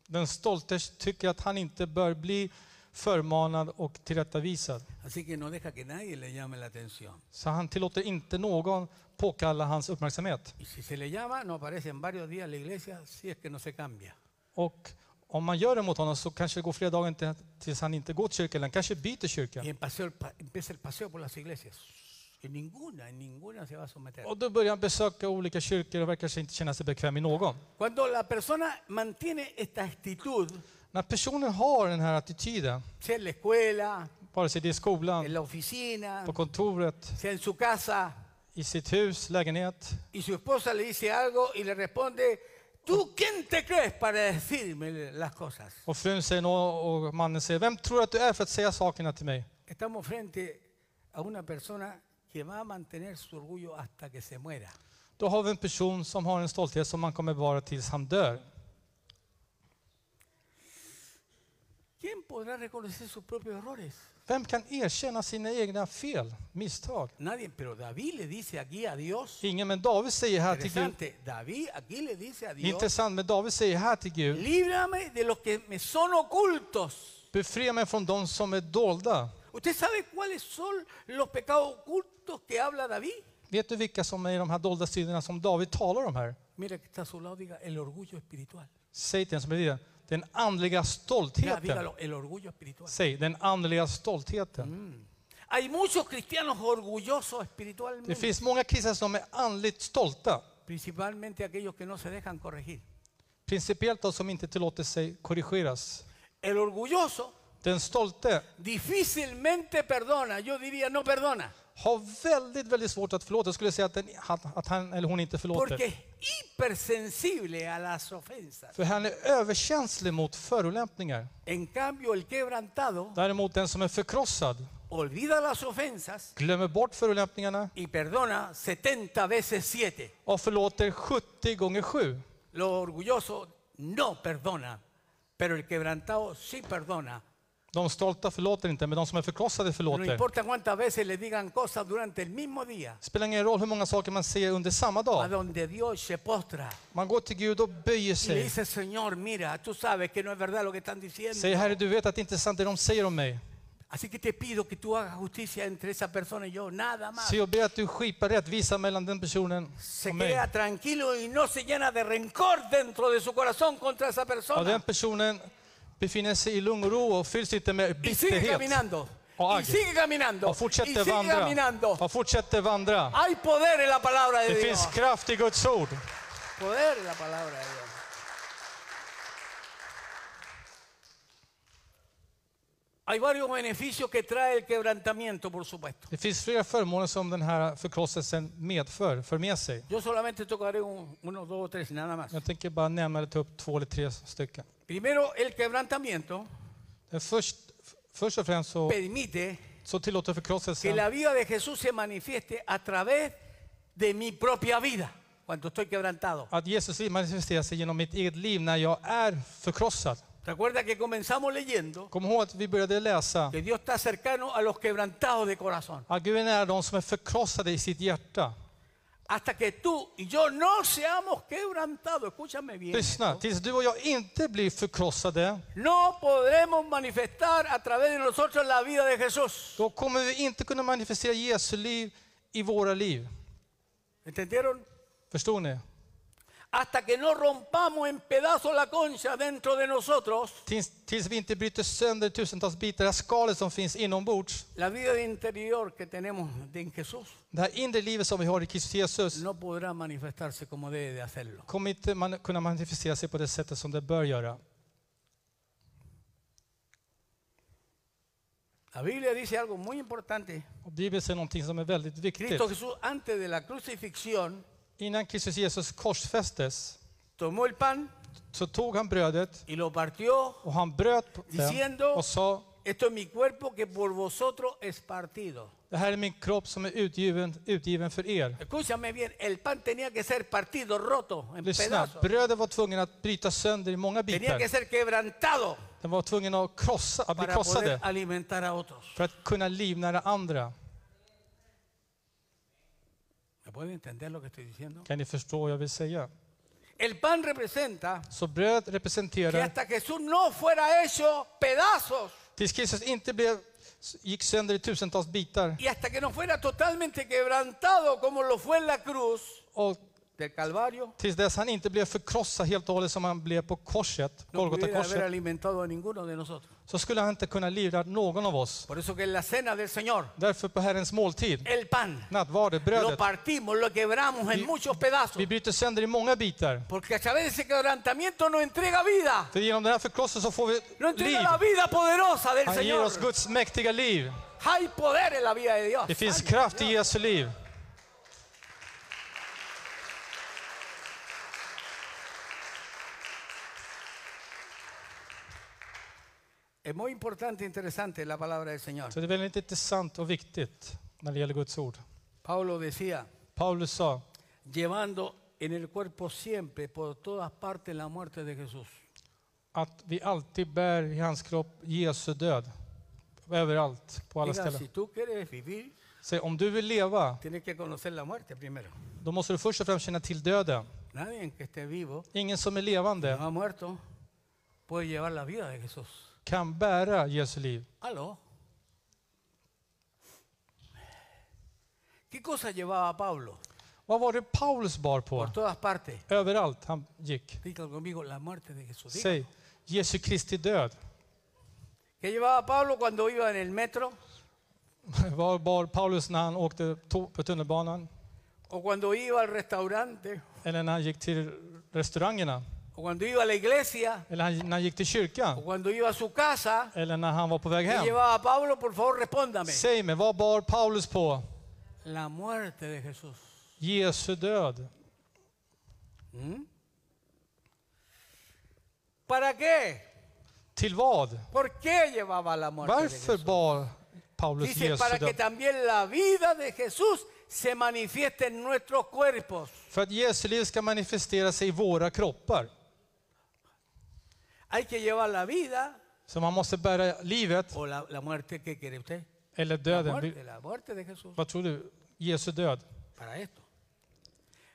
den stolte tycker att han inte bör bli förmanad och tillrättavisad. Así que no deja que nadie le llame la atención. Så han tillåter inte någon påkalla hans uppmärksamhet. Y si se le llama, no aparece en varios días en la iglesia si es que no se cambia. Och om man gör det mot honom så kanske det går flera dagar inte- tills han inte går till kyrkan, eller han kanske byter kyrka. Y en paseo, el pa- empieza el paseo por las iglesias. Y ninguna, en ninguna se va a someter. Och då börjar han besöka olika kyrkor och verkar sig inte känna sig bekväm i någon. Cuando la persona mantiene esta actitud, När personen har den här attityden, sea en la escuela, vare sig det är i skolan, en la oficina, på kontoret, sea en su casa, i sitt hus, lägenhet. y su esposa le dice algo y le responde, ¿tú quién te crees para decirme las cosas? Och frun säger något och mannen säger, vem tror du att du är för att säga sakerna till mig? Estamos frente a una persona que va a mantener su orgullo hasta que se muera. Då har vi en person som har en stolthet som han kommer vara tills han dör. ¿Quién podrá reconocer sus propios errores? Vem kan erkänna sina egna fel, misstag? Nadie, pero David le dice aquí a Dios. Ingen, men David säger här till Gud, Interesante, David aquí le dice a Dios, intressant, men David säger här till Gud, líbrame de los que me son ocultos. befria mig från de som är dolda. ¿Usted sabe cuáles son los pecados ocultos que habla David? Vet du vilka som är i de här dolda synderna som David talar om här? Mira que está a su lado, diga el orgullo espiritual. Säg till den som är det, den andliga Mira, stoltheten. dígalo, el orgullo espiritual. Säg, den andliga stoltheten. Hay muchos cristianos orgullosos Det espiritualmente, finns många kristna som är andligt stolta. principalmente aquellos que no se dejan corregir. Principiellt de som inte tillåter sig korrigeras. El orgulloso Den stolte difícilmente perdona, yo diría no perdona, har väldigt, väldigt svårt att förlåta. Jag skulle säga att, den, att, att han eller hon inte förlåter. porque es hipersensible a las ofensas. För han är överkänslig mot förolämpningar. En cambio, el quebrantado Däremot den som är förkrossad olvida las ofensas glömmer bort förolämpningarna y perdona 70 veces 7. och förlåter 70 gånger 7. Lo orgulloso no perdona, pero el quebrantado sí perdona. De stolta förlåter inte, men de som är förkrossade No förlåter. importa cuántas veces le digan cosas durante el mismo día, spelar ingen roll hur många saker man ser under samma a dag. donde Dios se postra Man går till Gud och böjer y le sig. dice, Señor, mira, tú sabes que no es verdad lo que están diciendo. Säger Herre, du vet att det inte är sant det de säger om mig. Así que te pido que tú hagas justicia entre esa persona y yo, nada más. Så jag ber att du skipar rättvisa mellan den personen Se och mig. queda tranquilo y no se llena de rencor dentro de su corazón contra esa Och den persona. personen befinner sig i lugn och ro och fylls inte med Y sigue bitterhet. caminando. O Y agrio. sigue caminando. Och Y fortsätter sigue vandra. caminando. Och fortsätter vandra. Hay poder en la palabra de Det Dios. finns kraft i Guds ord. Poder en la palabra de Dios. Hay varios beneficios que trae el quebrantamiento, por supuesto. Det finns flera förmåner som den här förkrosselsen medför, för med sig. Yo solamente tocaré un- uno, dos o tres, nada más. Jag tänker bara nämna eller ta upp två eller tre stycken. Primero, el quebrantamiento Den Först, först och främst så, permite så tillåter que förkrosselsen la vida de Jesús se manifieste a través de mi propia vida cuando estoy quebrantado. att Jesus liv manifesterar sig genom mitt eget liv när jag är förkrossad. Recuerda que comenzamos leyendo Kom ihåg att vi började läsa que Dios está cercano a los quebrantados de corazón. att Gud är nära de som är förkrossade i sitt hjärta. Hasta que tú y yo no seamos quebrantados, escúchame bien, Lyssna, tills du och jag inte blir förkrossade, no podremos manifestar a través de nosotros la vida de Jesús. då kommer vi inte kunna manifestera Jesu liv i våra liv. ¿Entendieron? Förstår ni? Hasta que no rompamos en pedazos la concha dentro de nosotros, Tills, tills vi inte bryter sönder tusentals bitar, det här skalet som finns inombords, la vida de interior que tenemos en Jesús det här inre livet som vi har i Kristus Jesus, no podrá manifestarse como debe de hacerlo. kommer inte man, kunna manifestera sig på det sättet som det bör göra. La Biblia dice algo muy importante. Och Bibeln säger någonting som är väldigt viktigt. Cristo Jesús, antes de la crucifixión, Innan Kristus Jesus korsfästes tomó el pan så tog han brödet y lo partió. och han bröt på den Diciendo- och sa Esto es mi cuerpo que por vosotros es partido. det här är min kropp som är utgiven, utgiven för er. Escúchame bien, el pan tenía que ser partido, roto, en Lyssna, pedazos. brödet var tvungen att bryta sönder i många Tenía que bitar. ser quebrantado Den var tvungen att, krossa, att bli para poder krossade alimentar a otros. för att kunna livnära andra. ¿Me pueden entender lo que estoy diciendo? Kan ni förstå vad jag vill säga? El pan representa Så bröd que representerar, hasta Jesús no fuera hecho pedazos tills Kristus inte blev, gick sönder i tusentals bitar y hasta que no fuera totalmente quebrantado como lo fue en la cruz och del Calvario, tills dess han inte blev förkrossad helt och hållet som han blev på korset, no pudiera haber Golgata-korset, alimentado a ninguno de nosotros. så skulle han inte kunna livnära någon av oss. Por eso que en la cena del Señor, Därför på Herrens måltid, el pan, nattvardet, lo brödet, partimos, lo quebramos en muchos pedazos. vi bryter sönder i många bitar. Porque a través de ese quebrantamiento nos entrega vida. För genom den här förkrosselsen så får vi Nos entrega liv. la vida poderosa del Han ger Señor. oss Guds mäktiga liv. Hay poder en la vida de Dios. Det finns kraft i Jesu liv. Es muy importante e interesante la palabra del Señor. Så det är väldigt intressant och viktigt när det gäller Guds ord. Pablo decía, Paulus sa, llevando en el cuerpo siempre, por todas partes, la muerte de Jesús. att vi alltid bär i hans kropp Jesu död. Överallt, på alla Diga, si ställen. tú quieres vivir, Så om du vill leva, tienes que conocer la muerte primero. då måste du först och främst känna till döden. Nadie que esté vivo, Ingen som är que levande no ha muerto, puede llevar la vida de Jesús. kan bära Jesu liv. Aló. ¿Qué cosa llevaba Pablo? Vad var det Paulus bar på? Por todas partes. Överallt han gick. Diga conmigo la muerte de Jesús. Diga. Säg Jesu Kristi död. *laughs* ¿Qué llevaba Pablo cuando iba en el metro Vad bar Paulus när han åkte to- på tunnelbanan? o cuando iba al restaurante Eller när han gick till restaurangerna? o cuando iba a la iglesia Eller han- när han gick till o kyrkan? cuando iba a su casa? Eller när han var på väg ¿Qué hem? llevaba Pablo? Por favor, respóndame. Säg mig, vad bar Paulus på? La muerte de Jesús. Jesu död. ¿Mm? ¿Para qué? Till vad? ¿Por qué llevaba la muerte de Varför Jesús? bar Paulus Dice, para Jesu que död? también la vida de Jesús se manifieste en nuestros cuerpos. För att Jesu liv ska manifestera sig i våra kroppar. Hay que llevar la vida Så man måste bära livet o la, la muerte que quiere usted. eller La döden. Vi- muerte, la muerte de Jesús Vad tror du? Jesu död. para esto.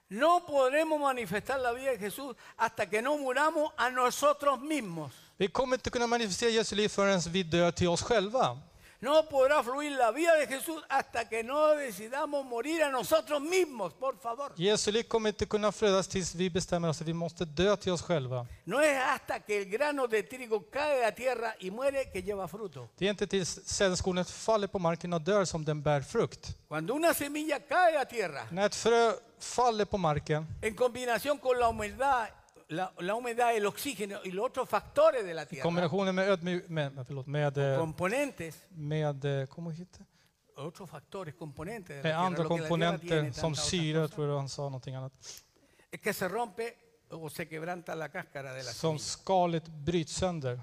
No podremos manifestar la vida de Jesús hasta que no muramos a nosotros mismos. Vi kommer inte kunna manifestera Jesu liv förrän vi dör till oss själva. No podrá fluir la vida de Jesús hasta que no decidamos morir a nosotros mismos, por favor. Jesu liv kommer inte kunna flödas tills vi bestämmer oss att vi måste dö till oss själva. No es hasta que el grano de trigo cae a la tierra y muere que lleva fruto. Det är inte tills sädeskornet faller på marken och dör som den bär frukt. Cuando una semilla cae a la tierra, När ett frö faller på marken en combinación con la humedad, la, la humedad, el oxígeno y los otros factores de la i tierra, kombinationen med ödmjuk... Med, med- förlåt, med... eh, componentes, med eh, kom och hitta. otros factores, componentes de Eh, la andra tierra, lo que la tierra tiene, komponenter tanta som otra syre, cosa, tror jag han sa någonting annat, es que se rompe o se quebranta la cáscara de la som semilla. skalet bryts sönder.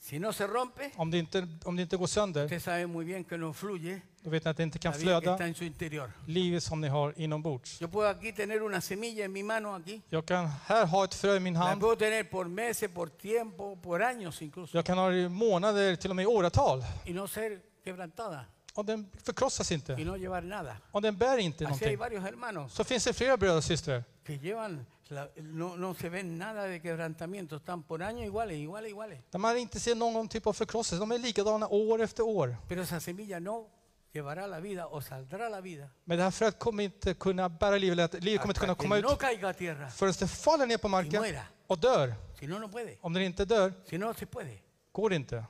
Si no se rompe, Om det inte, om det inte går sönder, usted sabe muy bien que no fluye då vet ni att det inte la vida kan que flöda está en su interior. livet som ni har inombords. Yo puedo aquí tener una semilla en mi mano aquí, Jag kan här ha ett frö i min la hand. puedo tener por meses, por tiempo, por años incluso, Jag kan ha det i månader, till och med i åratal. y no ser quebrantada, Och den förkrossas y inte. no llevar nada. Och den bär inte Así hay någonting. varios hermanos Så finns det flera bröder och systrar que llevan, la- no, no se ven nada de quebrantamiento, están por años iguales, iguales, iguales. där man inte ser någon typ av förkrosselse. De är likadana år efter år. Pero esa semilla no llevará la vida o saldrá la vida. Men det här fröet kommer inte kunna bära livet, eller att livet kommer inte kunna hasta komma que ut no caiga a tierra, förrän det faller ner på y marken muera. och dör. Si no, no puede. Om den inte dör Si no, se puede. går det inte.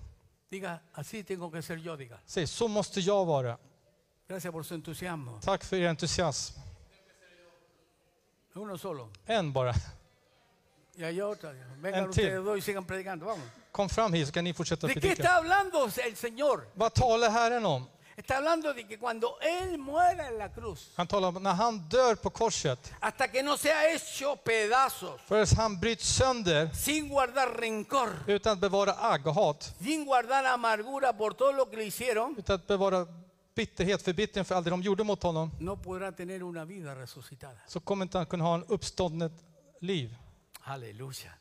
Diga, así tengo que ser yo, diga. Säg, så måste jag vara. Gracias por su entusiasmo. Tack för er entusiasm. Uno solo. En bara. Y allá otra. Vengan En ustedes till. dos y sigan predicando. Vamos. Kom fram hit så kan ni fortsätta ¿De qué predika. está hablando el Señor? Vad talar Herren om? Está hablando de que cuando Él muera en la cruz, Han talar om när han dör på korset. hasta que no sea hecho pedazos, Förrän han bryts sönder sin guardar rencor, utan att bevara agg och hat. sin guardar amargura por todo lo que le hicieron, Utan att bevara bitterhet, förbittring för allt det de gjorde mot honom. no podrá tener una vida resucitada. Så kommer inte han kunna ha en uppståndet liv. Aleluya.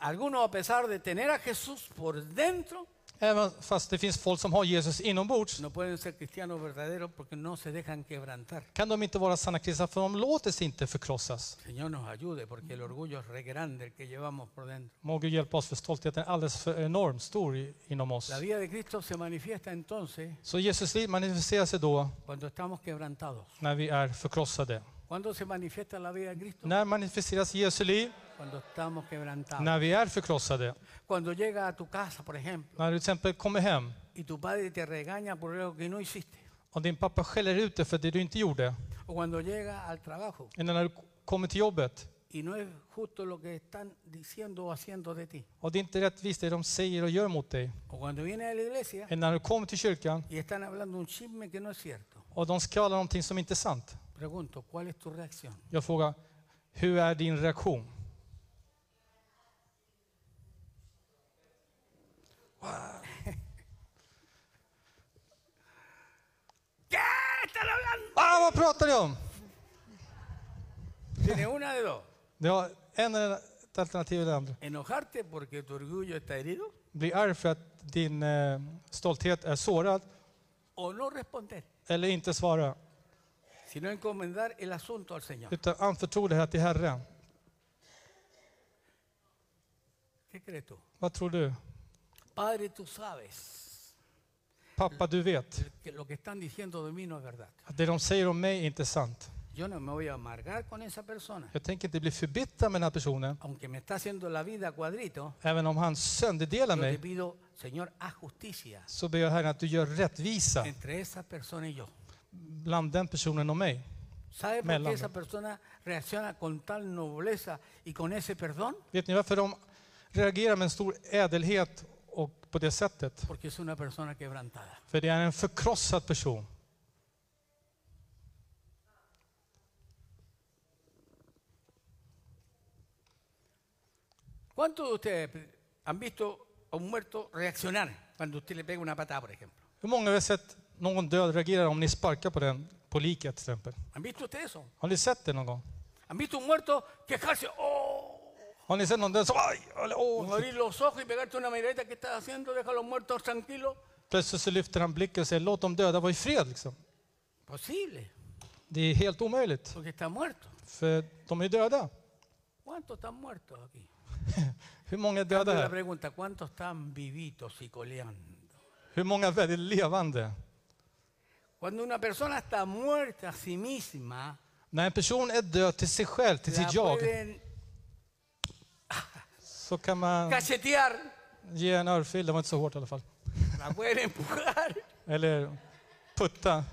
Algunos a pesar de tener a Jesús por dentro, Även fast det finns folk som har Jesus inombords no pueden ser cristianos verdaderos porque no se dejan quebrantar. kan de inte vara sanna kristna för de låter sig inte förkrossas. Señor nos ayude porque el orgullo es re grande el que llevamos por dentro. Må Gud hjälpa oss för stoltheten är alldeles för enormt stor i- inom oss. La vida de Cristo se manifiesta entonces Så Jesus liv manifesterar sig då cuando estamos quebrantados. när vi är förkrossade. ¿Cuándo se manifiesta la vida de Cristo? När manifesteras Jesu liv? Cuando estamos quebrantados. När vi är förkrossade. Cuando llega a tu casa, por ejemplo, När du till exempel kommer hem y tu padre te regaña por algo que no hiciste. och din pappa skäller ut dig för det du inte gjorde. O cuando llega al trabajo Eller när du kommer till jobbet y no es justo lo que están diciendo o haciendo de ti. och det är inte rättvist det de säger och gör mot dig. O cuando vienes a la iglesia Eller när du kommer till kyrkan y están hablando un chisme que no es cierto. och de skvallrar någonting som inte är sant. Pregunto, ¿cuál es tu reacción? Jag frågar, hur är din reaktion? ¿Qué están hablando? Ah, vad pratar jag om? Tiene una de dos. Det var en ett alternativ eller andra. Enojarte porque tu orgullo está herido Bli arg för att din eh, stolthet är sårad o no responder, eller inte svara. sino encomendar el asunto al Señor. Utan anförtro det här till Herren. ¿Qué crees tú? Vad tror du? Padre, tú sabes Pappa, du vet que lo que están diciendo de mí no es verdad. att det de säger om mig är inte sant. Yo no me voy a amargar con esa persona. Jag tänker inte bli förbittrad med den här personen. Aunque me está haciendo la vida a cuadrito, Även om han sönderdelar yo te mig pido, Señor, haz justicia så ber jag Herren att du gör rättvisa entre esa persona y yo. bland den personen och mig. ¿Sabe por Melano. qué esa persona reacciona con tal nobleza y con ese perdón? Vet ni varför de reagerar med en stor ädelhet och på det sättet? Porque es una persona quebrantada. För det är en förkrossad person. ¿Cuántos de ustedes han visto a un muerto reaccionar cuando usted le pega una patada, por ejemplo? Hur många har vi sett någon död reagera om ni sparkar på den, på liket till exempel? ¿Han visto ustedes eso? Har ni sett det någon gång? ¿Han visto un muerto quejarse? ¡Oh! Har ni sett någon död som aj, eller Con åh. abrir los ojos y pegarte una mireta ¿qué estás haciendo? Deja a los muertos tranquilos. Plötsligt så lyfter han blicken och säger låt de döda vara i fred liksom. Posible, Det är helt omöjligt, porque está muerto. för de är ju döda. ¿Cuántos están muertos aquí? Hur många är döda La här? pregunta, ¿cuántos están vivitos y coleando? Hur många är väldigt levande? Cuando una persona está muerta a sí misma, När en person är död till sig själv, till la sitt jag, pueden så kan man cachetear, ge en örfil, det var inte så hårt i alla fall. la pueden *laughs* empujar Eller putta.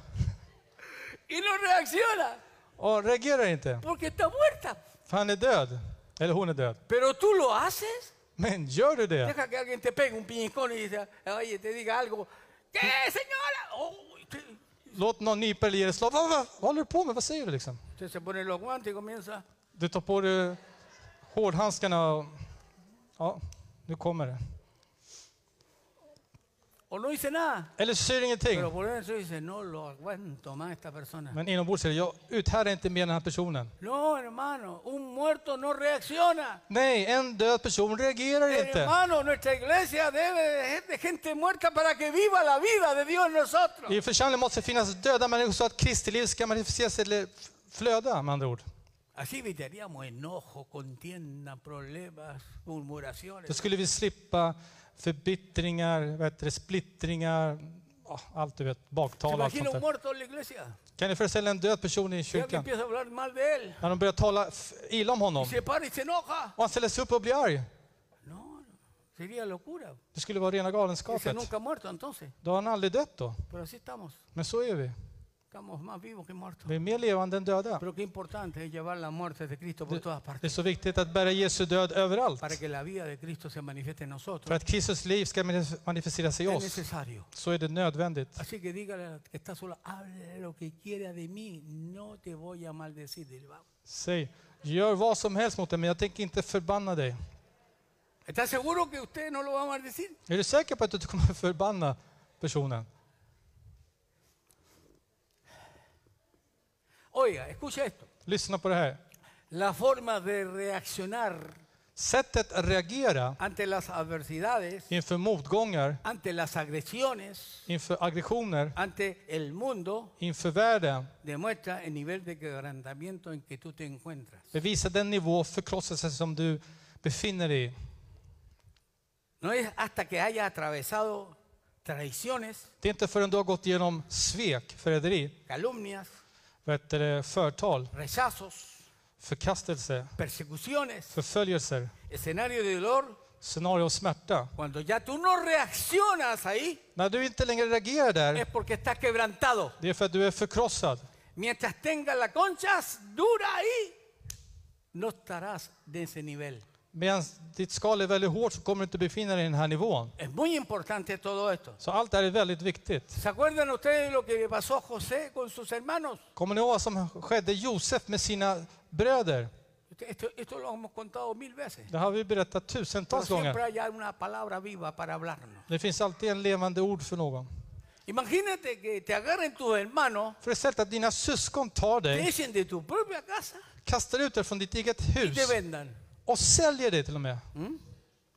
y no reacciona Och reagerar inte, porque está muerta. för han är död. Eller hon är död. Pero tú lo haces, Men gör du det? deja que alguien te pegue un piñiscón y dice, oye, te diga algo. ¿Qué, señora? Oh, usted- Låt någon nypa eller ge dig slag. Vad, vad, vad håller du på med? Vad säger du liksom? Usted se pone los guantes y comienza. Du tar på dig hårdhandskarna och... Ja, nu kommer det. O no dice nada. Eller så säger du Pero ingenting. por dentro dice, no lo aguanto más esta persona. Men inombords säger du, jag uthärdar inte mer den här personen. No, hermano, un muerto no reacciona. Nej, en död person reagerar inte. Hermano, nuestra iglesia debe de ser de gente muerta para que viva la vida de Dios en nosotros. I församlingen måste finnas döda människor så att Kristi liv ska manifesteras eller f- flöda med andra ord. Así evitaríamos enojo, contienda, problemas, Då murmuraciones. skulle vi slippa förbittringar, vad heter det, splittringar, ja, allt du vet, ¿Se baktal och allt imagina sånt un där. muerto en la iglesia? Kan ni föreställa er en död person i Si alguien kyrkan? empieza a hablar mal de él, När de börjar tala f- illa om honom se para y se enoja. och han ställer sig upp och blir arg. No, no, sería locura. Det skulle vara rena Ese galenskapet. nunca ha muerto entonces. Då har han aldrig dött då. Pero así estamos. Men så är vi. Estamos más vivos que muertos. Vi är mer levande än döda. Pero qué importante es llevar la muerte de Cristo por todas Det är partes så viktigt att bära Jesu död överallt. para que la vida de Cristo se manifieste en För nosotros. att Kristus liv ska manif- manifestera sig i Es oss necesario. så är det nödvändigt. Así que dígale al que está sola, hable lo que quiera de mí, no te voy a maldecir. Dile, vamos. Säg, gör vad som helst mot dig men jag tänker inte förbanna dig. ¿Está seguro que usted no lo va a maldecir? Är du säker på att du inte kommer *laughs* att förbanna personen? Oiga, escucha esto. Lyssna på det här. La forma de reaccionar Sättet att reagera ante las adversidades, inför motgångar, ante las agresiones, inför aggressioner, ante el mundo, inför världen demuestra el nivel de quebrantamiento en que tú te encuentras. bevisar den nivå förkrosselse som du befinner dig i. No es hasta que haya atravesado traiciones, Det är inte förrän du har gått igenom svek, förräderi, calumnias, vad heter det, förtal, rechazos, förkastelse, persecuciones, förföljelser, escenario de dolor, scenario och smärta. cuando ya tú no reaccionas ahí, När du inte längre reagerar där, es porque estás quebrantado. det är för att du är förkrossad. Mientras tengas la concha dura ahí, no estarás de ese nivel. Medan ditt skal är väldigt hårt så kommer du inte befinna dig i den här nivån. Es muy importante todo esto. Så allt det här är väldigt viktigt. ¿Se acuerdan ustedes de lo que le pasó a José con sus hermanos? Kommer ni ihåg vad som skedde Josef med sina bröder? Este, Esto, esto lo hemos contado mil veces. Det har vi berättat Pero tusentals siempre gånger. hay una palabra viva para hablarnos. Det finns alltid en levande ord för någon. Imagínate que te agarren tus hermanos, Föreställ dig att dina syskon tar te dig, echen de tu propia casa kastar ut dig från ditt eget y hus te vendan. och säljer dig till och med. ¿Mm?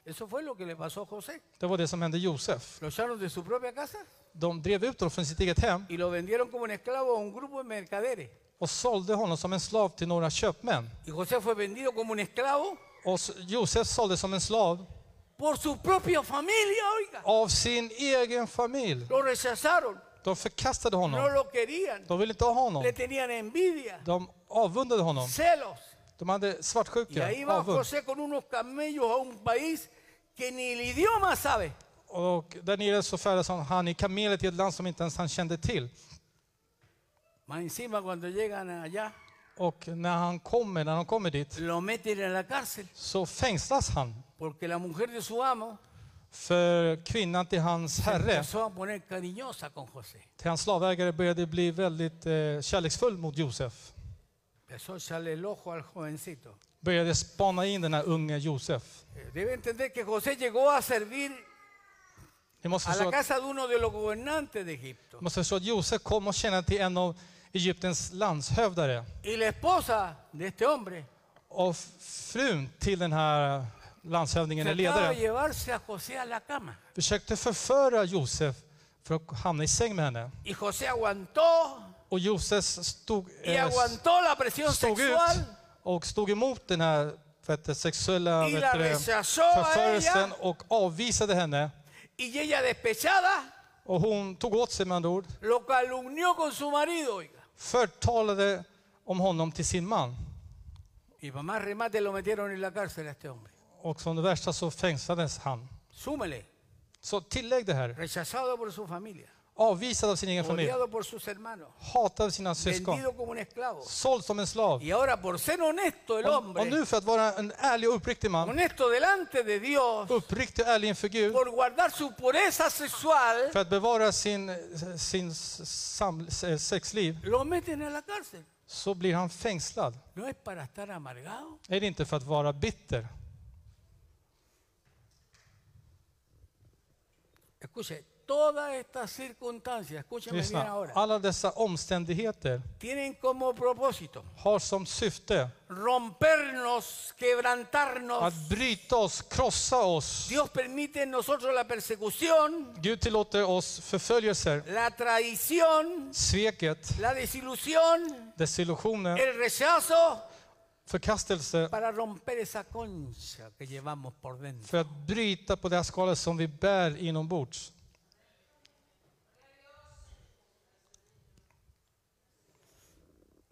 Eso fue lo que le pasó a José. Det var det som hände Josef. Lo echaron de su propia casa De drev ut honom från sitt eget hem y lo vendieron como un esclavo a un grupo de mercaderes. och sålde honom som en slav till några köpmän. Y José fue vendido como un esclavo Och s- Josef såldes som en slav por su propia familia, oiga. av sin egen familj. Lo rechazaron, De förkastade no honom. lo querían, De ville inte ha honom. le tenían envidia, De avundade honom. celos. De hade Y svartsjuka, ahí va avund. José con unos camellos a un país que ni el idioma sabe. Och där nere så färdas han- han i kamelet i ett land som inte ens han kände till. Más encima cuando llegan allá, Och när han kommer, när han kommer dit lo meten en la cárcel så fängslas han. porque la mujer de su amo För kvinnan till hans se herre, empezó a poner cariñosa con José. till hans slavägare, började bli väldigt eh, kärleksfull mot Josef. Empezó a echarle el ojo al jovencito. Började spana in den här unge Josef. Eh, Debe entender que José llegó a servir Ni måste a förstå la att casa de uno de los gobernantes de Egipto. Man måste förstå att Josef kom och kände till en av Egyptens landshövdare Y la esposa de este hombre och f- frun till den här landshövdingen, eller trataba de ledaren, llevarse a José a la cama. försökte förföra Josef för att hamna i säng med henne. Y José aguantó Och Josef stod, y eh, aguantó la presión stod ut sexual och stod emot den här vet, du, sexuella y vet la du, rechazó a förförelsen ella och avvisade henne. y ella despechada Och hon tog åt sig med andra ord, lo calumnió con su marido. Oiga. förtalade om honom till sin man. Y para más remate lo metieron en la cárcel a este hombre. Och som det värsta så fängslades han. Súmele, Så tillägg det här. rechazado por su familia, avvisad av sin egen familj, odiado por sus hermanos, hatad av sina syskon, vendido como un esclavo. såld som en slav. Y ahora por ser honesto el Och, och hombre, nu för att vara en ärlig och uppriktig man, honesto delante de Dios, uppriktig och ärlig inför Gud, por guardar su pureza sexual, för att bevara sin, sin sam, eh, sexliv, lo meten a la cárcel. så blir han fängslad. No es para estar amargado. Är det inte för att vara bitter? Escuche, todas estas circunstancias, escúcheme bien Lyssna, ahora, alla dessa omständigheter tienen como propósito har som syfte rompernos, quebrantarnos. att bryta oss, krossa oss. Dios permite en nosotros la persecución, Gud tillåter oss förföljelser, la traición, sveket, la desilusión, desillusioner, el rechazo, förkastelse para romper esa concha que llevamos por dentro. för att bryta på det här skalet som vi bär inombords.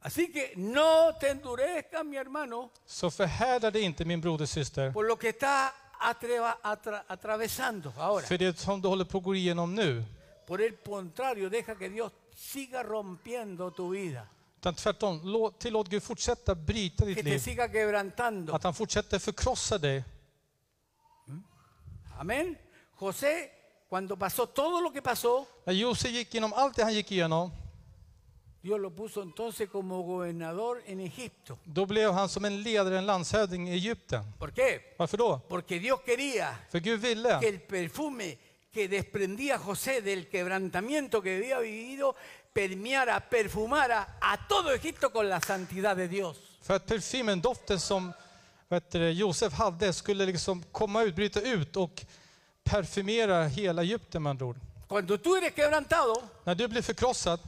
Así que no te endurezcas, mi hermano, Så förhärda dig inte min broder syster por lo que está atreva- atra- atravesando ahora. för det som du håller på att gå igenom nu. Por el contrario, deja que Dios siga rompiendo tu vida, Utan tvärtom, låt, tillåt Gud fortsätta bryta que ditt te liv. siga quebrantando. Att han fortsätter förkrossa dig. Amén. José, cuando pasó todo lo que pasó, När Josef gick igenom allt det han gick igenom, Dios lo puso entonces como gobernador en Egipto. då blev han som en ledare, en landshövding i Egypten. ¿Por qué? Varför då? Porque Dios quería För Gud que ville el perfume que desprendía José del quebrantamiento que había vivido permeara, perfumara a todo Egipto con la santidad de Dios. för att parfymen, doften som vet du, Josef hade skulle liksom komma ut, bryta ut och parfymera hela Egypten med andra ord. Cuando tú eres quebrantado, När du blir förkrossad,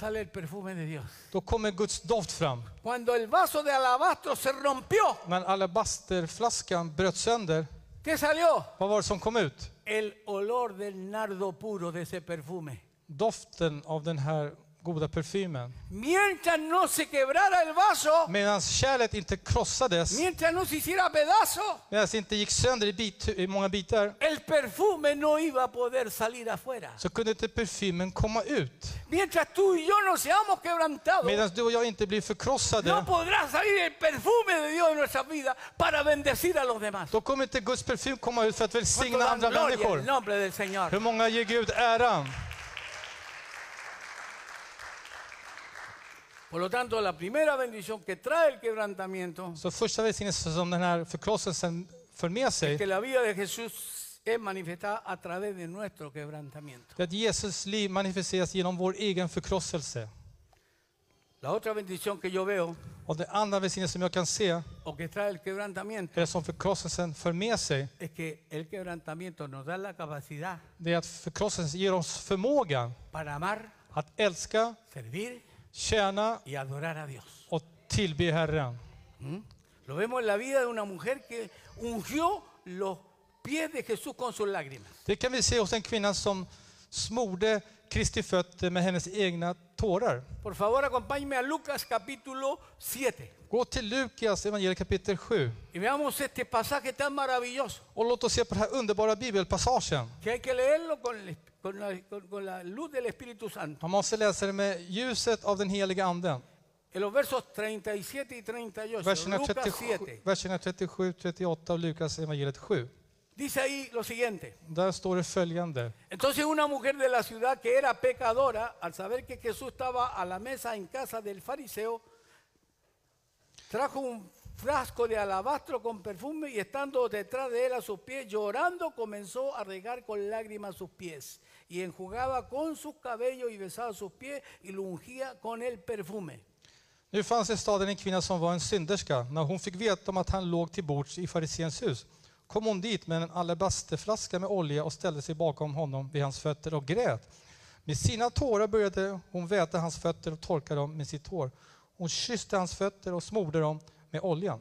sale el perfume de Dios. då kommer Guds doft fram. Cuando el vaso de alabastro se rompió, När alabasterflaskan bröt sönder, ¿qué salió? vad var det som kom ut? El olor del nardo puro de ese perfume. Doften av den här goda parfymen. Mientras no se quebrara el vaso, Medan kärlet inte krossades, mientras no se hiciera pedazo, medan det inte gick sönder i, bit, i många bitar, el perfume no iba a poder salir afuera. så kunde inte parfymen komma ut. Mientras tú y yo no seamos quebrantados, Medan du och jag inte blir förkrossade, no podrá salir el perfume de Dios en nuestras vidas para bendecir a los demás. då kommer inte Guds parfym komma ut för att ¿Cuánto välsigna dan andra gloria al människor. nombre del Señor. Hur många ger Gud äran? Por lo tanto, la primera bendición que trae el quebrantamiento Så första välsignelsen som den här förkrosselsen för med que sig, la vida de Jesús es manifestada a través de nuestro quebrantamiento. Det är att Jesus liv manifesteras genom vår egen förkrosselse. La otra bendición que yo veo Och det andra välsignelsen som jag kan se o que trae el quebrantamiento är det som förkrosselsen för med sig. es que el quebrantamiento nos da la capacidad Det är att förkrosselsen ger oss förmågan para amar, att älska, servir tjäna y adorar a Dios. och tillbe Herren. ¿Mm? Lo vemos en la vida de una mujer que ungió los pies de Jesús con sus lágrimas. Det kan vi se hos en kvinna som smorde Kristi fötter med hennes egna tårar. Por favor, acompáñenme a Lucas capítulo 7 Gå till Lukas evangeliet kapitel 7 y veamos este pasaje tan maravilloso och låt oss se på den här underbara bibelpassagen. que hay que leerlo con, el esp- con la, con- con la luz del Espíritu Santo. Man måste läsa det med ljuset av den heliga anden. En los versos 37 y 38, Verserna Lucas 37, 7, verserna 37 38 av Lukas evangeliet 7. dice ahí lo siguiente. Där står det följande. Entonces una mujer de la ciudad que era pecadora, al saber que Jesús estaba a la mesa en casa del fariseo, trajo un frasco de alabastro con perfume y estando detrás de él a sus pies, llorando, comenzó a regar con lágrimas sus pies y enjugaba con sus cabellos y besaba sus pies y lo ungía con el perfume. Nu fanns i staden en kvinna som var en synderska. När hon fick veta om att han låg till bords i fariséns hus kom hon dit med en alabasterflaska med olja och ställde sig bakom honom vid hans fötter och grät. Med sina tårar började hon väta hans fötter och torka dem med sitt hår. Hon kysste hans fötter och smorde dem med oljan.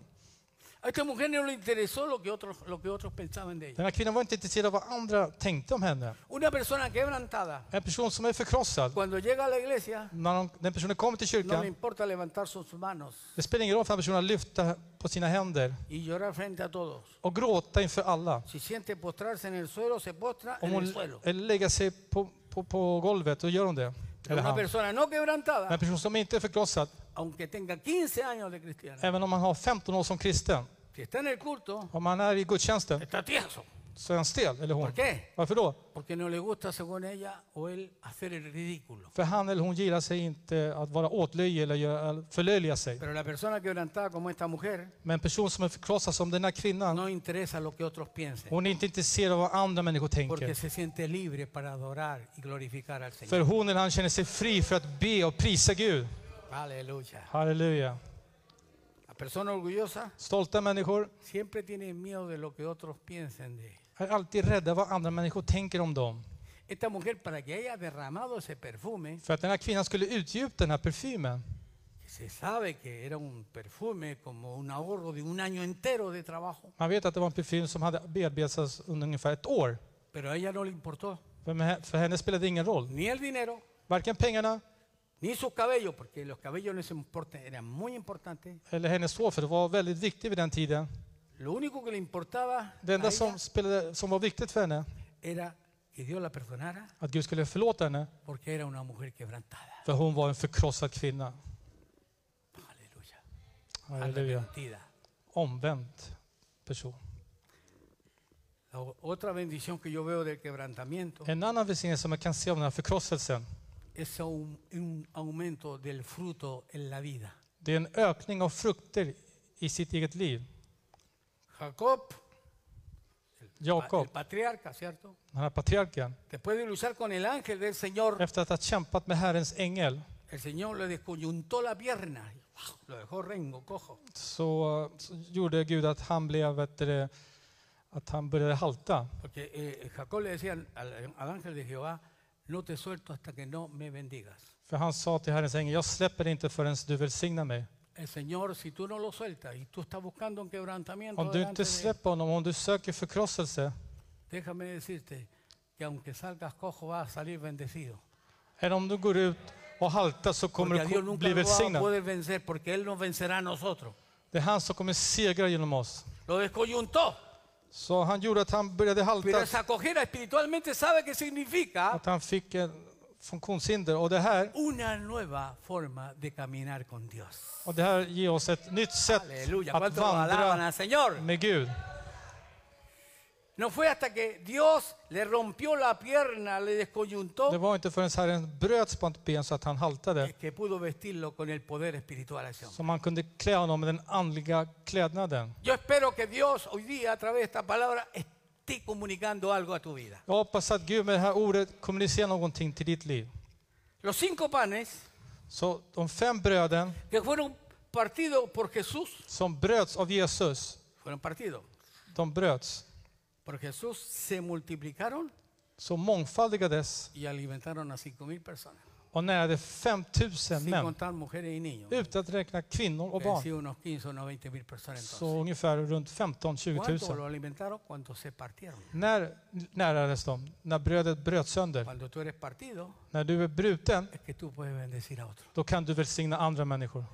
A esta mujer no le interesó lo que otros, lo que otros pensaban de ella. Den här kvinnan var inte intresserad av vad andra tänkte om henne. Una persona quebrantada, En person som är förkrossad, cuando llega a la iglesia, när de- den personen kommer till no le kyrkan, importa levantar sus manos. det spelar ingen roll för den personen att lyfta på sina händer y llorar frente a todos. och gråta inför alla. Si siente postrarse en el suelo, se postra Om en hon el suelo. eller lägger sig på, på, på golvet, då gör hon det. Pero una Eller han. Men persona no quebrantada, en person som inte är förkrossad, aunque tenga 15 años de cristiano, även om man har 15 år som kristen, si está en el culto, om man är i gudstjänsten, está tieso. så är han stel, eller hon. ¿Por qué? Varför då? Porque no le gusta, según ella o él, hacer el ridículo. För han eller hon gillar sig inte att vara åtlöje eller göra- förlöjliga sig. Pero la persona quebrantada como esta mujer, Men en person som är förkrossad som den här kvinnan, no interesa lo que otros piensen, hon är inte intresserad av vad andra människor porque tänker. se siente libre para adorar y glorificar al Señor. För hon eller han känner sig fri för att be och prisa Gud. Aleluya. Halleluja. La persona orgullosa Stolta människor siempre tiene miedo de lo que otros piensen de ella. är alltid rädda vad andra människor tänker om dem. Esta mujer, para que haya derramado ese perfume, För att den här kvinnan skulle utgjuta den här parfymen. Se sabe que era un perfume como un ahorro de un año entero de trabajo, Man vet att det var en parfym som hade bearbetats under ungefär ett år. pero a ella no le importó För me- För henne spelade det ingen roll. ni el dinero, Varken pengarna ni sus cabellos, porque los cabellos en ese importe eran muy importantes. eller hennes hår, för det var väldigt viktigt vid den tiden. Lo único que le importaba Det a enda ella som, spelade, som var viktigt för henne, era que Dios la perdonara att Gud skulle förlåta henne, porque era una mujer quebrantada. för hon var en förkrossad kvinna. Aleluya. Halleluja. Arrepentida. Omvänd person. La o- otra bendición que yo veo del quebrantamiento En annan välsignelse som man kan se av den här förkrosselsen, es un, un aumento del fruto en la vida. det är en ökning av frukter i sitt eget liv. Jacob, pa- Jakob, el patriarca, ¿cierto? den här patriarken, Después de luchar con el ángel del Señor, efter att ha kämpat med Herrens ängel, el Señor le descoyuntó la pierna. y, ¡guau! Lo dejó rengo, cojo. så, så gjorde Gud att han blev, vet du, det, att han började halta. Porque eh, Jacob le decía al, al ángel de Jehová, no te suelto hasta que no me bendigas. För han sa till Herrens ängel, jag släpper dig inte förrän du välsignar mig. El Señor, si tú no lo sueltas y tú estás buscando un quebrantamiento, Om du delante inte de- släpper honom, om du söker förkrosselse, déjame decirte que aunque salgas cojo vas a salir bendecido. eller om du går ut och haltar så kommer Porque a du Dios ko- nunca bli lo vas a välsignad. poder vencer porque Él nos vencerá a nosotros. Det är han som kommer segra genom oss. Lo descoyuntó. Så han gjorde att han började Pero halta, esa cojera espiritualmente sabe qué significa att han fick en funktionshinder. Och det här, una nueva forma de caminar con Dios. och det här ger oss ett nytt sätt Aleluya, att ¿cuántos alaban vandra al Señor? med Gud. No fue hasta que Dios le rompió la pierna, le Det descoyuntó, var inte förrän Herren bröt spant ben så att han haltade que pudo vestirlo con el poder espiritual. a ese hombre. som man kunde klä honom med den andliga klädnaden. Yo espero que Dios hoy día, a través de esta palabra, es- esté comunicando algo a tu vida. Jag hoppas att Gud med det här ordet kommunicerar någonting till ditt liv. Los cinco panes Så de fem bröden que fueron partidos por Jesús, som bröts av Jesus, fueron partidos de bröts, por Jesús, se multiplicaron så mångfaldigades y alimentaron a cinco mil personas, och närade 5000 sin män, contar mujeres y niños. utan att räkna kvinnor och Que han barn. sido unos 15 o unos 20 mil personas entonces. Så ungefär runt 15-20 ¿Cuánto 000. lo alimentaron? Cuando se partieron. När närades de? När brödet bröts sönder. Cuando tú eres partido, När du är bruten, es que tú puedes bendecir a otro. då kan du välsigna andra människor.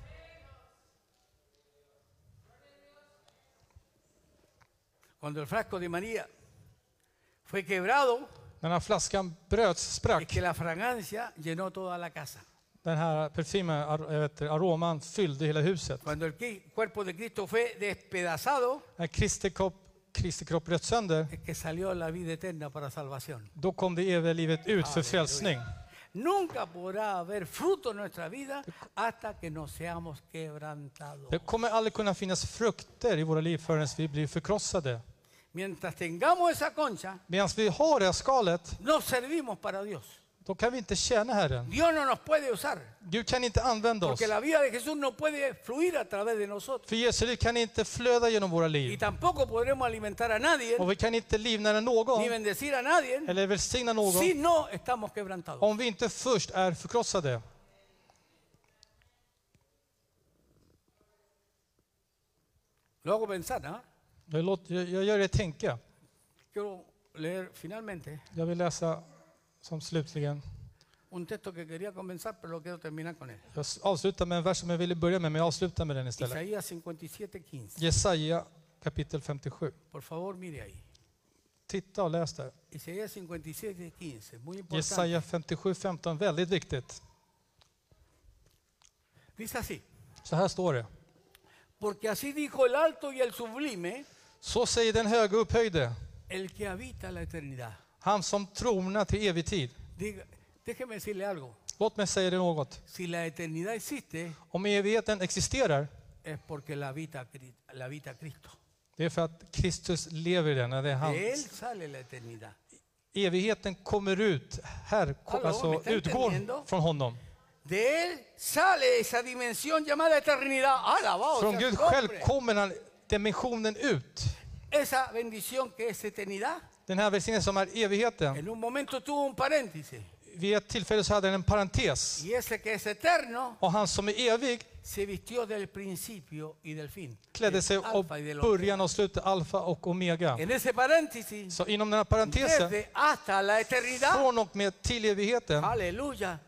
Cuando el frasco de María fue quebrado, När den här flaskan bröts, es sprack, que la fragancia llenó toda la casa. den här parfymen, ar- jag vet, inte, aroman fyllde hela huset. Cuando el qui- cuerpo de Cristo fue despedazado, När Kristi kropp, Kristi kropp bröts sönder, es que salió la vida eterna para salvación. då kom det eviga livet ut för Halleluja. frälsning. Nunca podrá haber fruto en nuestra vida hasta que no seamos quebrantados. Det kommer aldrig kunna finnas frukter i våra liv förrän vi blir förkrossade. Mientras tengamos esa concha, Medan vi har det här skalet, no servimos para Dios. då kan vi inte tjäna Herren. Dios no nos puede usar. Gud kan inte använda oss. Porque la vida de Jesús no puede fluir a través de nosotros. För Jesu liv kan inte flöda genom våra Y liv. tampoco podremos alimentar a nadie, Och vi kan inte livnära någon ni bendecir a nadie, eller välsigna någon si no estamos quebrantados. om vi inte först är förkrossade. Lo hago pensar, ¿ah? ¿no? Jag, låter, jag, jag gör det tänka. Quiero leer finalmente Jag vill läsa som slutligen. un texto que quería comenzar, pero lo quiero terminar con él. Jag s- avslutar med en vers som jag ville börja med, men jag avslutar med den istället. Isaías 57, 15. Jesaja kapitel 57. Por favor, mire ahí. Titta och läs där. Isaías 57, 15. Muy importante. Jesaja 57, 15. Väldigt viktigt. Dice así. Så här står det. Porque así dijo el alto y el sublime, Så säger den höga upphöjde, el que habita la eternidad. han som trona till evig tid. Diga, déjeme decirle algo. Låt mig säga dig något. Si la eternidad existe, Om evigheten existerar, es porque la habita, Cri- la habita Cristo. det är för att Kristus lever i den. Det är han. De Él sale la eternidad. Evigheten kommer ut, här, Hallå, alltså mitt inte ändå. utgår från honom. De Él sale esa dimensión llamada eternidad. Alabado Från sea Gud su själv nombre. kommer den här dimensionen ut. Esa bendición que es eternidad. Den här välsignelsen som är evigheten. En un momento tuvo un paréntesis. Vid ett tillfälle så hade den en parentes. Y ese que es eterno Och han som är evig se vistió del principio y del fin. klädde del sig av alfa y del omega. början och slutet, alfa och omega. En ese paréntesis, Så inom den här parentesen, desde hasta la eternidad, från och med till evigheten, aleluya,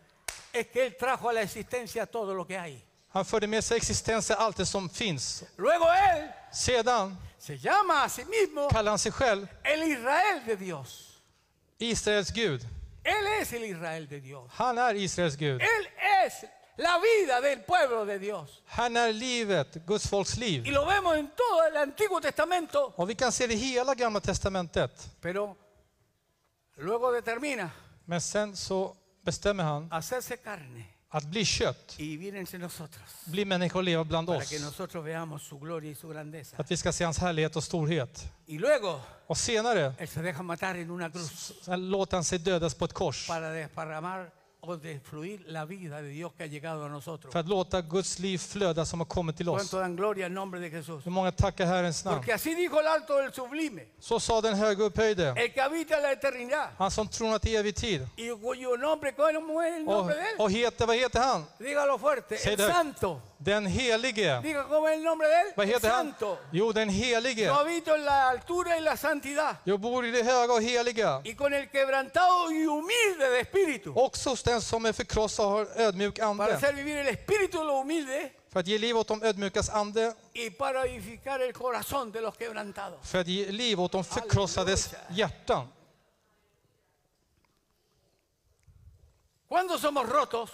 es que Él trajo a la existencia todo lo que hay. han förde med sig existensen, allt det som finns. Luego Él Sedan se llama a sí mismo kallar han sig själv el Israel de Dios. Israels Gud. Él es el Israel de Dios. Han är Israels Gud. Él es la vida del pueblo de Dios. Han är livet, Guds folks Y liv. lo vemos en todo el Antiguo Testamento. Och vi kan se det i hela Gamla Testamentet. Pero luego determina Men sen så bestämmer han hacerse carne att bli kött, y vivir entre nosotros. bli människa och leva bland Para oss. que nosotros veamos su gloria y su grandeza. Att vi ska se hans härlighet och storhet. Y luego Och senare Él se deja matar en una cruz så låter han sig dödas på ett kors. para desparramar o desfluir la vida de Dios que ha llegado a nosotros. För att låta Guds liv flöda som har kommit till oss. ¿Cuánto dan gloria al nombre de Jesús? Hur många tackar Herrens namn? Porque así dijo el alto del sublime, Så sa den höge upphöjde, el que habita la eternidad, han som tronat i evig tid. y cuyo nombre, ¿cómo es el Och, nombre de él? och heter, vad heter han? Dígalo fuerte, Say el that. santo. Den helige. Diga cómo es el nombre de él, Vad el heter han? santo. Jo, den helige. Yo habito en la altura y la santidad, Jag bor i det höga och heliga. y con el quebrantado y humilde de espíritu, Också hos den som är förkrossad och har ödmjuk para ande. hacer vivir el espíritu de los humildes För att ge liv åt de ödmjukas ande. y para edificar el corazón de los quebrantados. För att ge liv åt de förkrossades Halleluja. hjärtan. Cuando somos rotos,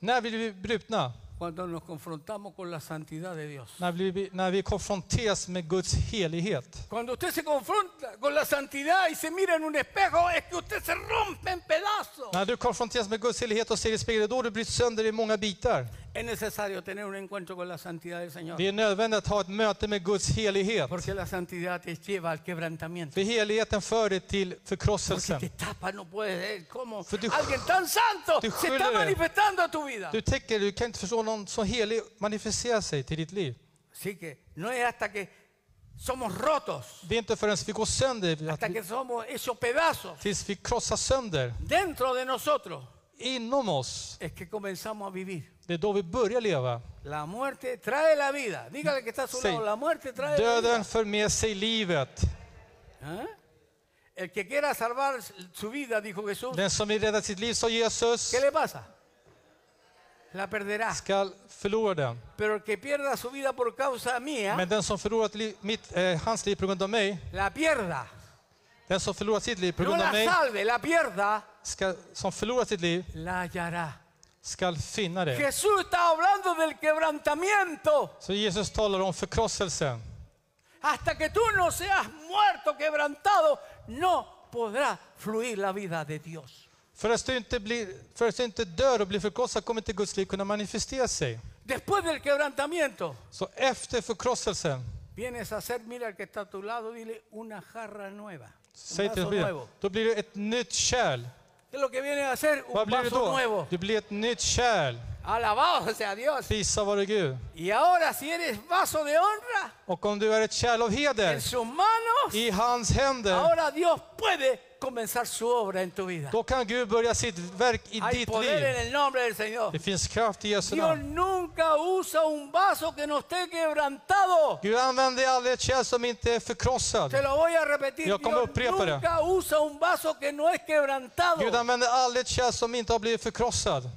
När blir vi brutna? cuando nos confrontamos con la santidad de Dios. När, blir vi, när vi konfronteras med Guds helighet. Cuando usted se confronta con la santidad y se mira en un espejo, es que usted se rompe en pedazos. När du konfronteras med Guds helighet och ser i spegeln, då har du bryts sönder i många bitar. Es necesario tener un encuentro con la santidad del Señor. Det är nödvändigt att ha ett möte med Guds helighet. Porque la santidad te lleva al quebrantamiento. För heligheten för dig till Porque te förkrosselsen. tapa, no puedes ver cómo För du- alguien tan santo du se está skyller det. manifestando a tu vida. Du tänker, du kan inte förstå någon så helig manifesterar sig till ditt liv. Así que no es hasta que somos rotos, Det är inte förrän vi går sönder, att hasta vi, que somos hechos pedazos tills vi krossas sönder dentro de nosotros, inom oss. es que comenzamos a vivir. Det är då vi börjar leva. La muerte trae la vida. Dígale que está a su Sí. lado, la muerte trae la vida. Döden för med sig livet. ¿Ah? El que quiera salvar su vida, dijo Jesús, Den som vill rädda sitt liv, sa Jesus, ¿qué le pasa? La perderá. skall förlora den. Pero el que pierda su vida por causa mía, Men den som förlorat li, mitt, eh, hans liv på grund av mig, la pierda. den som förlorar sitt liv på No grund av la mig, salve, la pierda, ska, som förlorar sitt liv, la hallará. skall finna det. Jesús está hablando del quebrantamiento. Så Jesus talar om förkrosselsen. Hasta que tú no seas muerto, quebrantado, no podrá fluir la vida de Dios. Förrest du inte, blir, förrest du inte dör och blir förkrossad kommer inte Guds liv kunna manifestera sig. Después del quebrantamiento, Så efter förkrosselsen, vienes a hacer, mira al que está a tu lado, dile una jarra nueva. Un säg till vaso Bibeln, nuevo. då blir du ett nytt kärl. ¿Qué es lo que viene a hacer? Vad Un blir du vaso då? nuevo. Du blir ett nytt kärl. Alabado sea Dios. Prisa vare Gud. Y ahora, si eres vaso de honra Och om du är ett kärl av en heder sus manos, i hans händer, ahora Dios puede comenzar su obra en tu vida. då kan Gud börja sitt verk i Hay ditt poder en liv. el nombre del Señor. Det finns kraft i Jesu Dios namn. nunca usa un vaso que no esté quebrantado. Gud använder aldrig ett kärl som inte är förkrossad. Te lo voy a repetir. Yo como Dios priapa era. nunca usa un vaso que no es quebrantado. Gud använder aldrig ett kärl som inte har blivit förkrossad.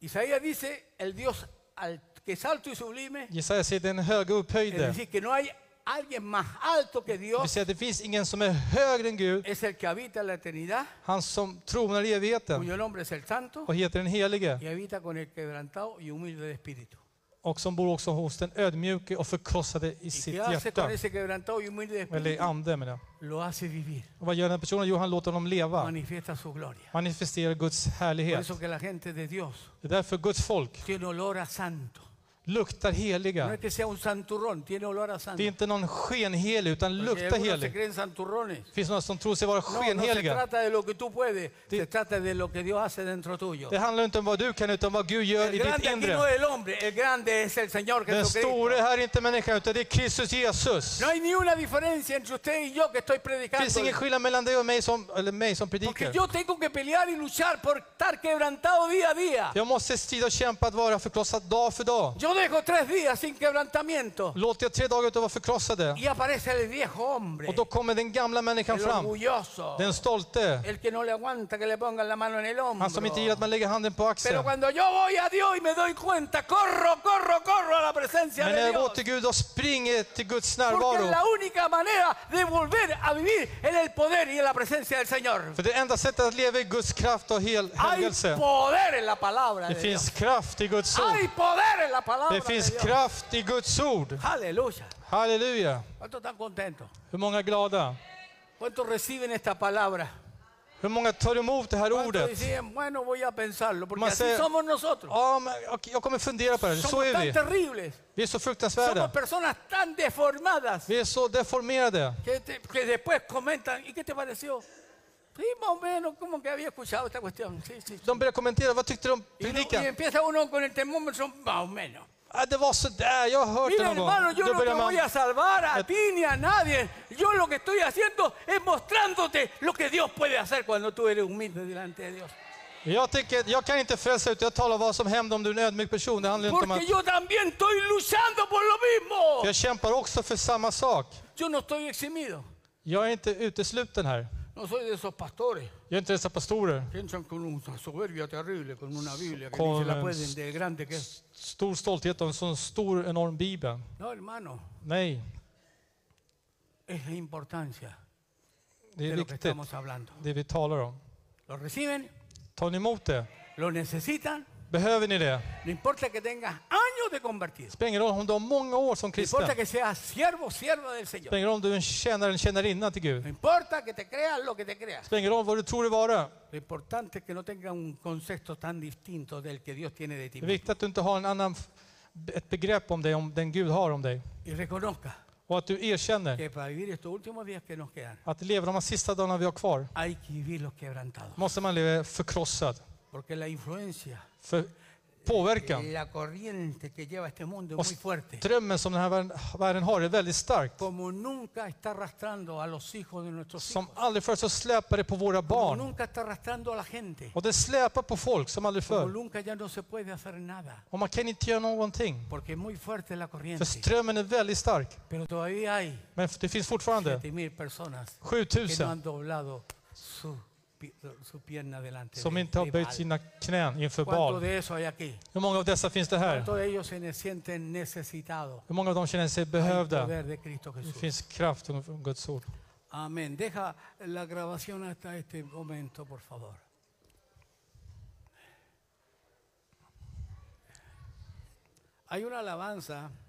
Isaías dice, el Dios al, que es alto y sublime, Jesaja säger den höga es upphöjde. decir, que no hay alguien más alto que Vi Dios, säger att det finns ingen som är högre än Gud, es el que habita en la eternidad, han som tronar i evigheten cuyo nombre es el santo, och heter den helige y habita con el quebrantado y humilde de espíritu. och som bor också hos den ödmjuke och förkrossade i ¿Y sitt qué hace hjärta. con ese quebrantado y humilde de Eller i espíritu? ande menar jag. Lo hace vivir, Och vad gör den personen? Jo, han låter honom Ah. leva. manifiesta su gloria. Manifesterar Guds Por härlighet. eso que la gente de Dios Det är därför Guds folk tiene olor a santo. luktar No heliga. es que sea un santurrón, tiene olor a santo. Det är inte någon skenhelig, utan Porque luktar algunos se helig. creen santurrones. Det finns några som tror sig vara No, no se skenheliga. trata de lo que tú puedes, Ti- se trata de lo que Dios hace dentro tuyo. Det handlar inte om vad du kan, utan vad Gud gör El i ditt grande aquí no inre. es el hombre, el grande es el Señor Den Jesucristo. store här är inte människan, utan det är Kristus Jesus. No hay ni una diferencia entre usted y yo que estoy Det finns predicando. ingen skillnad mellan dig och mig som, eller mig som Porque predikar. yo tengo que pelear y luchar por estar quebrantado día a día. Jag måste strida och kämpa att vara förkrossad dag för dag. Yo dejo tres días sin quebrantamiento Låter jag tre dagar utav vara förkrossade y aparece el viejo hombre, och då kommer den gamla människan el fram. orgulloso, Den stolte. el que no le aguanta que le pongan la mano en el hombro. Han som inte gillar att man lägger handen på Pero axeln. cuando yo voy a Dios y me doy cuenta, corro, corro, corro a la presencia Men när de jag går Dios. till Gud och springer till Guds Porque es närvaro. la única manera de volver a vivir en el poder y en la presencia del Señor. För det enda sättet att leva i Guds kraft och hel Hay helgelse. poder en la palabra Det de Dios. finns kraft i Guds ord. Hay poder en la palabra Det finns de Dios. kraft i Guds ord. Aleluya. Halleluja. ¿Cuántos están contentos? Hur många är glada? ¿Cuántos reciben esta palabra? Hur många tar emot det här ¿Cuántos ordet? dicen, bueno, voy a pensarlo? Porque Man así säger- somos nosotros. Ja, men, okej, jag kommer fundera på det. Så Somos är tan vi. terribles. Vi är så Somos fruktansvärda. personas tan deformadas Vi är så deformerade. que, te- que después comentan, ¿y qué te pareció? Sí, más o menos, como que había escuchado esta cuestión. Sí, sí. De börjar kommentera. Vad tyckte du om Y, uno- y predikan? empieza uno con el termómetro, más o menos. Ah, det var sådär. Jag har hört det Mira, någon gång. hermano, yo Eh. Då no te börjar voy a man... salvar a ti ni a nadie. Yo lo que estoy haciendo es mostrándote lo que Dios puede hacer cuando tú eres humilde delante de Dios. Jag, tycker, jag kan inte frälsa ut. Jag talar vad som händer om du är en ödmjuk person. Det handlar inte om att... Porque yo también estoy luchando por lo mismo. Jag kämpar också för samma sak. Yo no estoy eximido. Jag är inte utesluten här. No soy de esos pastores Jag är inte dessa pastorer. que entran con una soberbia terrible, con una Biblia que Con- dice la pueden de grande que es. Stor stolthet av en sån stor, enorm bibel. No, hermano, Nej, es la importancia det de är lo que viktigt. estamos hablando. Det vi talar om. Lo reciben, Tar ni emot det? lo necesitan. Behöver ni det? No importa que tengas años te convertiste. spelar ingen roll om du har många år som No kristen. importa que seas siervo o sierva del spelar Señor. ingen roll om du är en tjänare eller en tjänarinna till Gud. No importa que te creas lo que te creas. spelar ingen roll vad du tror det vara. Lo importante es que no tenga un concepto tan distinto del que Dios tiene de ti. Det är mismo. viktigt att du inte har en annan, f- ett begrepp om dig, om den Gud har om dig. Y reconozca Och att du erkänner que para vivir estos últimos días que nos quedan, att leva de här sista dagarna vi har kvar, hay que vivir los quebrantados. måste man leva förkrossad. Porque la influencia, För påverkan la corriente que lleva este mundo och es muy fuerte. strömmen som den här världen- världen har är väldigt starkt. Como nunca está arrastrando a los hijos de nuestros hijos. Som aldrig förr så släpar det på våra Como barn. nunca está arrastrando a la gente. Och det släpar på folk som aldrig Como förr. nunca ya no se puede hacer nada. Och man kan inte göra någonting. Porque es muy fuerte la För corriente. strömmen är väldigt stark. Pero todavía hay Men det finns fortfarande 7.000 personas que no 7000 han doblado su, pi- su pierna delante. som de- inte har de böjt Baal. sina knän inför ¿Cuántos Baal. de esos hay aquí? Hur många av dessa finns det här? ¿Cuántos de ellos se ne- sienten necesitados Hur många av dem känner sig del behövda? poder de Cristo Det Jesús? finns kraft från Guds ord. Amén. Deja la grabación hasta este momento, por favor. Hay una alabanza